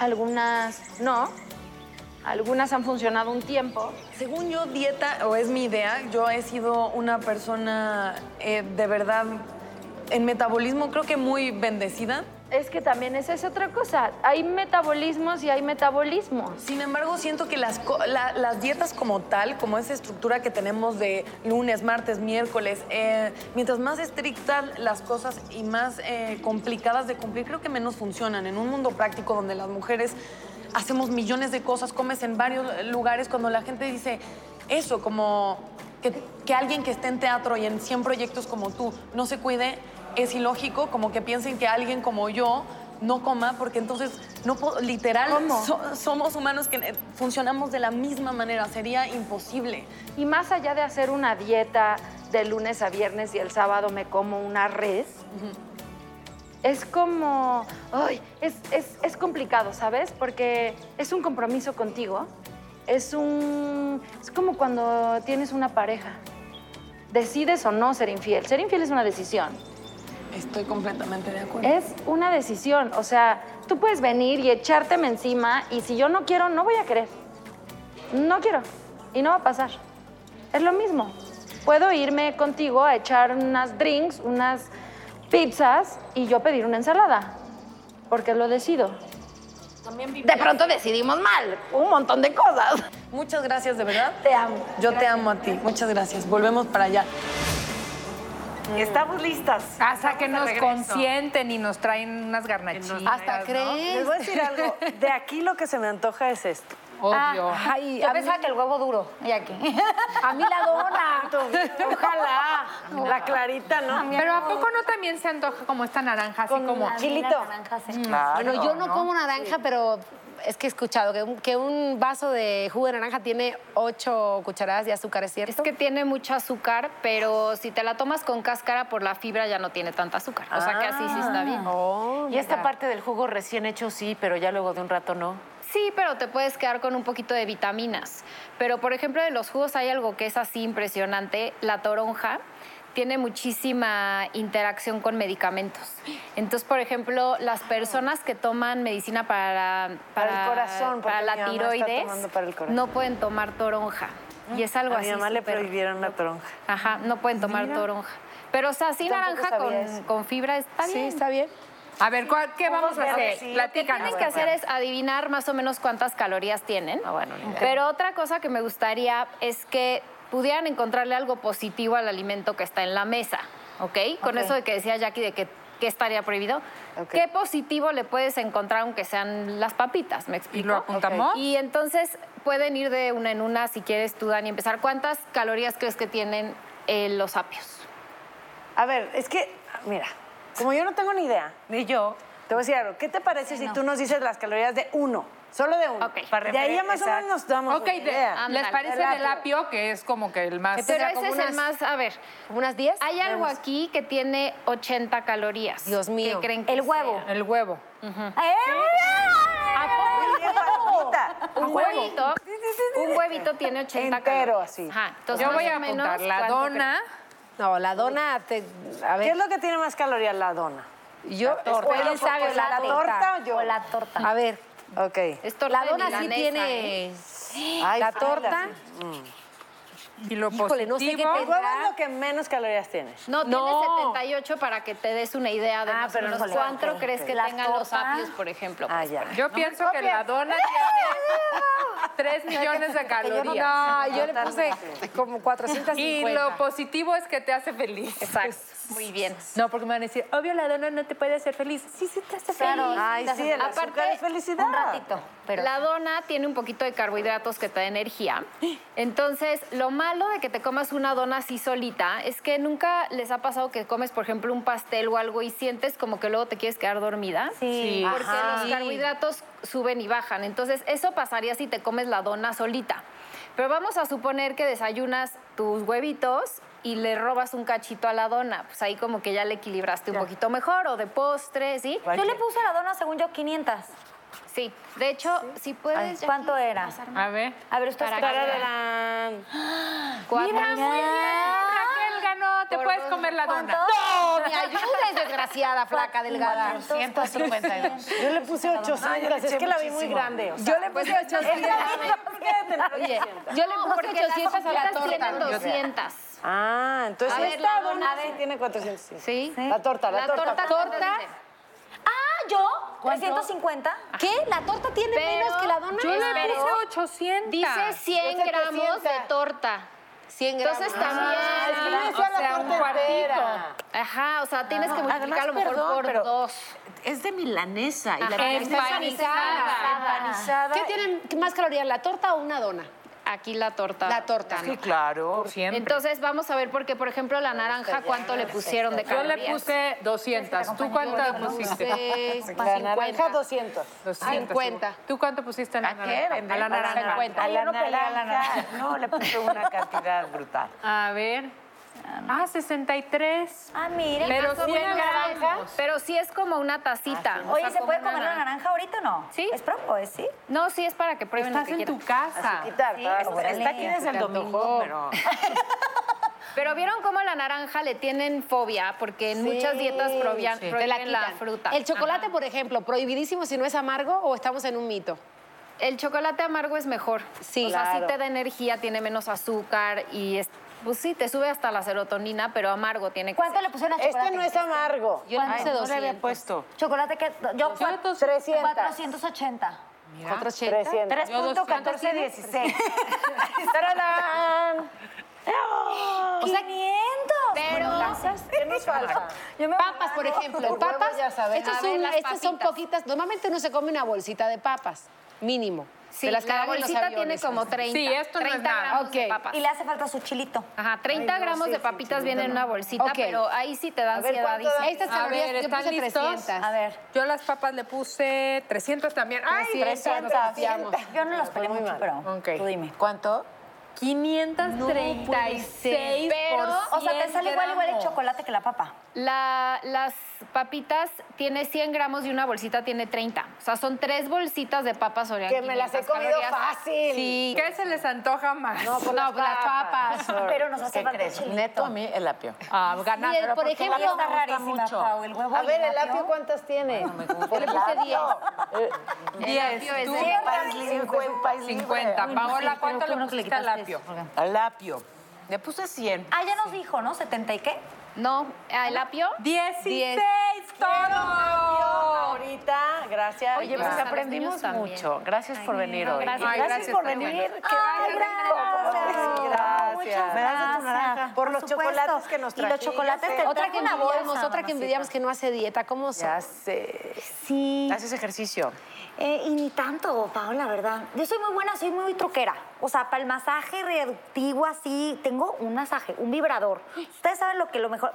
S15: algunas no. Algunas han funcionado un tiempo.
S11: Según yo, dieta, o es mi idea, yo he sido una persona eh, de verdad en metabolismo creo que muy bendecida.
S15: Es que también esa es otra cosa. Hay metabolismos y hay metabolismos.
S11: Sin embargo, siento que las, co- la- las dietas como tal, como esa estructura que tenemos de lunes, martes, miércoles, eh, mientras más estrictas las cosas y más eh, complicadas de cumplir, creo que menos funcionan. En un mundo práctico donde las mujeres hacemos millones de cosas, comes en varios lugares, cuando la gente dice eso, como que, que alguien que esté en teatro y en 100 proyectos como tú no se cuide, es ilógico, como que piensen que alguien como yo no coma, porque entonces no puedo- literal
S15: ¿Cómo?
S11: so- somos humanos que eh, funcionamos de la misma manera, sería imposible.
S15: Y más allá de hacer una dieta de lunes a viernes y el sábado me como una res, es como, ay, es, es- es complicado, ¿sabes? Porque es un compromiso contigo. Es un, es como cuando tienes una pareja. Decides o no ser infiel. Ser infiel es una decisión.
S11: Estoy completamente de acuerdo.
S15: Es una decisión. O sea, tú puedes venir y echárteme encima y si yo no quiero, no voy a querer. No quiero. Y no va a pasar. Es lo mismo. Puedo irme contigo a echar unas drinks, unas pizzas y yo pedir una ensalada. Porque lo decido. De pronto decidimos mal. Un montón de cosas.
S11: Muchas gracias, de verdad.
S15: Te amo.
S11: Yo te amo a ti. Muchas gracias. Volvemos para allá.
S10: Estamos listas.
S20: Hasta que nos
S10: regreso.
S20: consienten y nos traen unas garnachitas. Hasta
S10: Les voy a decir algo. De aquí lo que se me antoja es esto.
S20: Obvio.
S10: Ay,
S13: Yo
S10: a mí-
S13: pensaba que el huevo duro. ¿Y aquí?
S10: A mí la dona. Ojalá. La clarita, ¿no?
S20: Pero Ah, ¿a poco no también se antoja como esta naranja, así como
S10: Chilito.
S13: Bueno, yo no, como naranja, pero es que he escuchado que un, que un vaso de jugo de naranja tiene ocho cucharadas de azúcar, ¿es cierto?
S21: Es que tiene mucho azúcar, pero si te la tomas con cáscara por la fibra ya no tiene tanta azúcar. O sea que así sí
S15: Ah.
S21: está bien.
S22: Y esta parte del jugo recién hecho sí, pero ya luego de un rato no.
S21: Sí, pero te puedes quedar con un poquito de vitaminas. Pero por ejemplo, de los jugos hay algo que es así impresionante, la toronja. Tiene muchísima interacción con medicamentos. Entonces, por ejemplo, las personas que toman medicina para,
S10: Para el corazón,
S21: para
S10: porque
S21: la
S10: mi mamá está
S21: tiroides,
S10: tomando para el corazón.
S21: no
S10: Ah,
S21: pueden tomar toronja. Y es algo
S10: A
S21: así.
S10: mi mamá le
S21: súper-
S10: prohibieron la toronja.
S21: Ajá, no pueden tomar toronja. Pero, o sea, sí,
S10: Tampoco
S21: naranja
S10: sabía
S21: con,
S10: eso.
S21: con fibra está bien. Sí, está bien.
S20: A ver, ¿cuál- ¿qué vamos a hacer?
S21: Lo que
S20: Platícanos.
S21: tienen que hacer es adivinar más o menos cuántas calorías tienen. Pero otra cosa que me gustaría es que pudieran encontrarle algo positivo al alimento que está en la mesa, ¿ok? Con
S10: Ok.
S21: eso de que decía Jackie de que qué estaría prohibido.
S10: Ok.
S21: ¿Qué positivo le puedes encontrar aunque sean las papitas? ¿Me explico?
S20: lo apuntamos?
S21: Y entonces pueden ir de una en una si quieres tú, Dani, empezar. ¿Cuántas calorías crees que tienen eh, los apios?
S10: A ver, es que, mira, como yo no tengo ni idea,
S20: Ni yo.
S12: Te voy a decir algo. ¿Qué te parece si tú nos dices las calorías de uno? Solo de uno.
S11: Para
S12: de ahí ya
S11: referir-
S12: más o
S11: exacto.
S12: menos nos damos
S11: Ok, de- ¿les parece el apio, que es Pues como que el más...
S15: Eh, Pero ese es el más, a ver.
S4: ¿Unas 10?
S15: Hay algo
S11: Vemos.
S15: aquí que tiene 80 calorías.
S4: Dios mío.
S15: ¿Qué creen que
S4: El huevo.
S12: <laughs>
S11: El huevo.
S12: ¡Eh!
S15: Un huevito, un huevito tiene 80 calorías. así. entonces,
S4: Yo
S15: más
S4: voy
S15: o
S4: a
S15: menos,
S4: apuntar la
S15: ¿cuánto cre-
S4: dona. No, la dona, te, a ver.
S12: ¿Qué es lo que tiene más calorías la dona?
S4: Yo,
S12: torta.
S4: él sabe,
S12: ¿O
S4: la
S12: la
S4: torta.
S12: torta o yo?
S4: O la torta. A ver.
S12: Ok.
S4: la dona sí tiene...
S12: Ay,
S4: la
S12: sí,
S4: torta.
S12: la-
S11: Y lo
S12: Híjole, no sé qué
S15: positivo-
S12: te- El huevo es lo que menos calorías tiene.
S15: No, tiene 78 para que te des una idea de
S12: Ah,
S15: más o
S12: pero
S15: menos
S12: híjole,
S15: cuánto
S12: ok,
S15: crees
S12: ok.
S15: que
S12: La
S15: tengan los
S12: torta.
S15: apios, por ejemplo.
S12: Ah, ya.
S11: Yo pienso que la dona tiene 3 millones de
S4: yo
S11: calorías.
S4: no- no, yo le puse como 450.
S11: Y lo positivo es que te hace feliz. Exacto. Muy bien. No, porque me van a decir, obvio la dona no te puede hacer feliz. Sí, sí te hace feliz.
S12: Ay, sí, el azúcar es felicidad.
S15: un ratito. La dona tiene un poquito de carbohidratos que te da energía. Entonces, lo malo de que te comas una dona así solita es que nunca les ha pasado que comes, por ejemplo, un pastel o algo y sientes como que luego te quieres quedar dormida.
S4: Sí.
S15: Porque
S4: Ajá.
S15: los carbohidratos suben y bajan. Entonces, eso pasaría si te comes la dona solita. Pero vamos a suponer que desayunas tus huevitos y le robas un cachito a la dona. Pues ahí como que ya le equilibraste un poquito mejor o de postre, ¿sí?
S13: Yo le puse a la dona, según yo, 500.
S15: Sí, de hecho, si puedes...
S13: Ay,
S15: Jackie,
S13: ¿Cuánto era?
S15: pasarme.
S11: A ver.
S13: A ver, esto es
S15: Para acá. Cuatro.
S11: Mira, muy bien. Raquel ganó. Te
S15: Por
S11: puedes
S15: dos.
S11: comer la dona.
S4: No,
S15: ¿Cuánto?
S4: me ayudes, desgraciada, flaca, delgada.
S11: 152.
S12: Yo le puse 800, es que la vi muy grande. o sea,
S4: Yo le puse 800.
S12: ¿por qué tener
S4: Oye,
S12: 800?
S4: yo le puse
S15: porque las
S4: 800 a la
S15: tortas
S4: torta.
S15: tienen
S4: ¿no?
S15: 200.
S12: Ah, entonces
S15: A ver,
S12: esta
S15: la dona,
S12: dona
S15: a ver.
S12: sí tiene 400. Sí.
S15: Sí.
S12: La torta, la,
S15: La
S12: torta.
S15: torta,
S4: ¿Torta?
S13: Ah, yo, 350.
S4: ¿Qué? ¿La torta tiene menos que la dona?
S11: Yo le
S15: Pero
S11: puse 800.
S15: Dice 100 gramos de torta.
S4: 100 gramos. Ah,
S15: Entonces también...
S12: es que yo decía
S11: o sea,
S12: la
S11: un
S12: torta
S11: cuartito.
S12: entera.
S15: Ajá, o sea, tienes que multiplicar a lo mejor
S8: perdón,
S15: por
S8: pero
S15: dos.
S8: Es de milanesa. Y la
S15: Ajá. Ah. Empanizada.
S4: ¿Qué tiene más calorías, la torta o una dona?
S15: Aquí la torta.
S4: La torta.
S15: gana.
S8: Sí, claro.
S15: Entonces vamos a ver porque, por ejemplo, la naranja, ¿cuánto le pusieron de
S11: Yo le
S15: calorías?
S11: puse 200. ¿Tú cuántas pusiste?
S4: Seis,
S12: La naranja
S4: 50.
S12: 200.
S11: 200.
S4: 50.
S11: ¿Tú cuánto pusiste en la naranja?
S8: qué?
S11: A la naranja.
S4: 50.
S8: A
S4: Ay,
S8: la
S4: yo no pelé a la
S8: naranja. No, le puse una cantidad brutal.
S11: A ver. Ah, 63.
S13: Ah, mira.
S11: Pero
S15: Más o
S11: 100
S15: menos.
S11: gramos.
S15: Pero sí es como una tacita. o
S13: Ah, Oye,
S15: sea,
S13: ¿se
S15: como
S13: puede
S15: una
S13: comer la naranja ahorita o no?
S15: Sí. Ah,
S13: ¿Es propo, eh? sí?
S15: No, sí es para que prueben lo
S11: Estás
S15: que
S11: en tu
S15: quieran.
S11: casa.
S12: Quitar, claro.
S8: Está aquí desde el domingo, pero...
S15: Pero vieron cómo la naranja le tienen fobia porque en muchas dietas prohibían-
S11: sí.
S15: prohíben
S4: Te
S15: la,
S4: quitan.
S15: fruta.
S4: El chocolate,
S15: Ajá.
S4: por ejemplo, prohibidísimo si no es amargo o estamos en un mito.
S15: El chocolate amargo es mejor. Sí, o sea, sí te da energía, tiene menos azúcar y es- pues sí, te sube hasta la serotonina, pero amargo tiene que
S13: ¿Cuánto
S15: ser.
S13: le pusieron a chocolate?
S12: Este no es amargo.
S4: Yo le
S13: Ay,
S4: puse
S13: no le
S4: 200.
S8: puesto.
S13: ¿Chocolate que Yo, cua-
S12: 300.
S13: 480.
S4: 480.
S12: 300.
S13: 3.1416.
S12: ¡Tararán!
S13: O sea, 500.
S15: Pero-
S12: ¿Qué
S13: <laughs>
S12: nos falta?
S4: Papas, por ejemplo.
S12: Por
S4: Papas.
S12: huevo ya sabemos.
S4: Estas
S15: A ver,
S4: son,
S15: las
S4: estas son
S15: papitas.
S4: poquitas. Normalmente uno se come una bolsita de papas, mínimo.
S15: Sí,
S4: de las que
S15: la
S4: agarran en los
S15: bolsita tiene
S4: aviones.
S15: como 30.
S11: Sí, esto no es
S15: 30
S11: nada.
S15: gramos de
S4: Ok.
S15: papas.
S13: Y le hace falta su chilito.
S15: Ajá, 30 gramos de papitas vienen en una bolsita,
S4: Ok.
S15: pero ahí sí te da
S12: ver,
S15: ansiedad.
S12: ¿cuánto da?
S15: dice.
S4: Estas
S11: A
S4: calorías
S11: ver,
S4: yo
S11: ¿están
S4: puse
S11: listos?
S4: 300.
S13: A ver.
S11: Yo las papas le puse 300 también. Ay,
S4: 300,
S11: nos copiamos.
S13: Yo no los peleo mucho, pero
S11: Ok.
S13: tú dime.
S8: ¿Cuánto?
S11: 536
S15: Pero,
S11: por
S13: O sea, te
S11: 100
S13: sale igual igual el
S11: gramos.
S13: chocolate que la papa.
S15: La- las papitas tiene 100 gramos y una bolsita tiene 30. O sea, son tres bolsitas de papas Oreo.
S12: Que me las he comido fácil.
S15: Sí.
S11: ¿Qué se les antoja más?
S15: pues
S12: No,
S8: pues,
S11: <laughs>
S12: por las papas.
S13: Pero nos hace
S8: ¿Qué
S13: falta el
S8: crees?
S13: chilito.
S8: Neto a mí
S4: <laughs>
S8: el apio.
S11: Ah, ganar.
S4: Y el, por
S13: La
S4: ejemplo,
S13: está rarísima, Pau, el huevo
S12: A
S13: y
S12: ver, ¿el apio cuántas tiene?
S4: yo le puse 10.
S15: apio es
S11: 10. Tú,
S15: de-
S8: País libre, país libre.
S11: 50. Paola,
S13: Pero qué
S11: ¿cuánto le
S13: bueno que le
S11: pusiste al
S13: quitaste
S11: apio?
S8: Al apio. Le puse 100.
S13: Ah, ya nos dijo, ¿no? ¿70 y qué?
S15: No, el apio.
S11: 16
S12: Apio,
S11: todo.
S12: Ahorita, gracias.
S8: Oye, pues
S15: Gracias a los
S8: aprendimos
S15: niños también.
S8: mucho. Gracias por venir hoy.
S15: gracias.
S11: Ay, gracias por venir.
S13: Ay, gracias. Muchas
S12: Me das de tu
S13: gracias.
S12: naranja. Por los
S13: supuesto.
S12: chocolates que nos
S13: Y los
S12: trajiste.
S13: chocolates te
S4: Otra
S13: trajo
S4: que
S13: una
S4: envidiamos,
S13: bolsa,
S4: otra que
S13: mamacita.
S4: envidiamos que no hace dieta. ¿Cómo son?
S8: Ya sé.
S13: Sí.
S8: Haces ejercicio.
S13: Eh, y ni tanto, Paola, la verdad. Yo soy muy buena, soy muy truquera. O sea, para el masaje reductivo así, tengo un masaje, un vibrador. Ustedes saben lo que lo mejor... <laughs>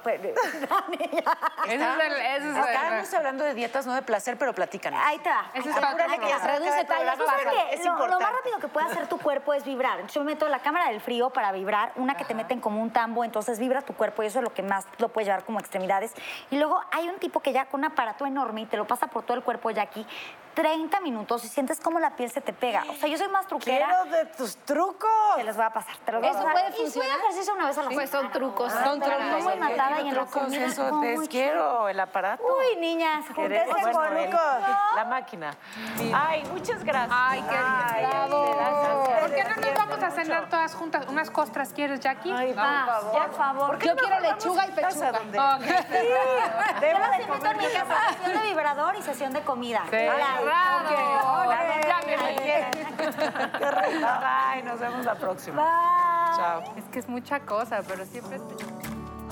S8: Ah, Estábamos hablando de dietas, no de placer, pero platican.
S13: Ahí te va. Ese
S8: Ese es para ti.
S13: Reduce tallas.
S8: Para ti. Es
S13: lo, lo
S8: importante.
S13: más rápido que puede hacer tu cuerpo es vibrar. Entonces, Yo me meto la cámara del frío para vibrar, una que te meten como un tambo, entonces vibra tu cuerpo y eso es lo que más lo puedes llevar como extremidades. Y luego hay un tipo que ya con un aparato enorme y te lo pasa por todo el cuerpo ya aquí. 30 minutos y sientes cómo la piel se te pega. O sea, yo soy más truquera.
S12: Quiero de tus trucos.
S13: Te los voy a pasar. Te los voy a
S12: Eso
S13: pasar.
S12: puede
S13: Y fui a
S12: funcionar.
S13: ejercicio una vez a la
S15: Pues son trucos.
S13: Son trucos. Muy matada y en la
S8: Trucos,
S13: comida.
S8: eso,
S13: como
S8: te
S13: muy
S8: quiero el aparato.
S13: Uy, niñas,
S8: Queremos
S13: júntense
S8: bueno,
S13: con
S8: el- La máquina. Ay, muchas gracias. Ay, qué
S11: ¿Por qué no nos vamos a cenar todas juntas? ¿Unas costras quieres, Jackie? Ay,
S13: Ah, por favor.
S11: Yo quiero lechuga y pechuga. Ok.
S13: <laughs> Yo las invito a mi casa. Sesión de vibrador y sesión de comida. Hola. Ok.
S8: Qué rico. Bye, nos vemos la próxima. Chao.
S11: Es que es mucha cosa, pero siempre... te-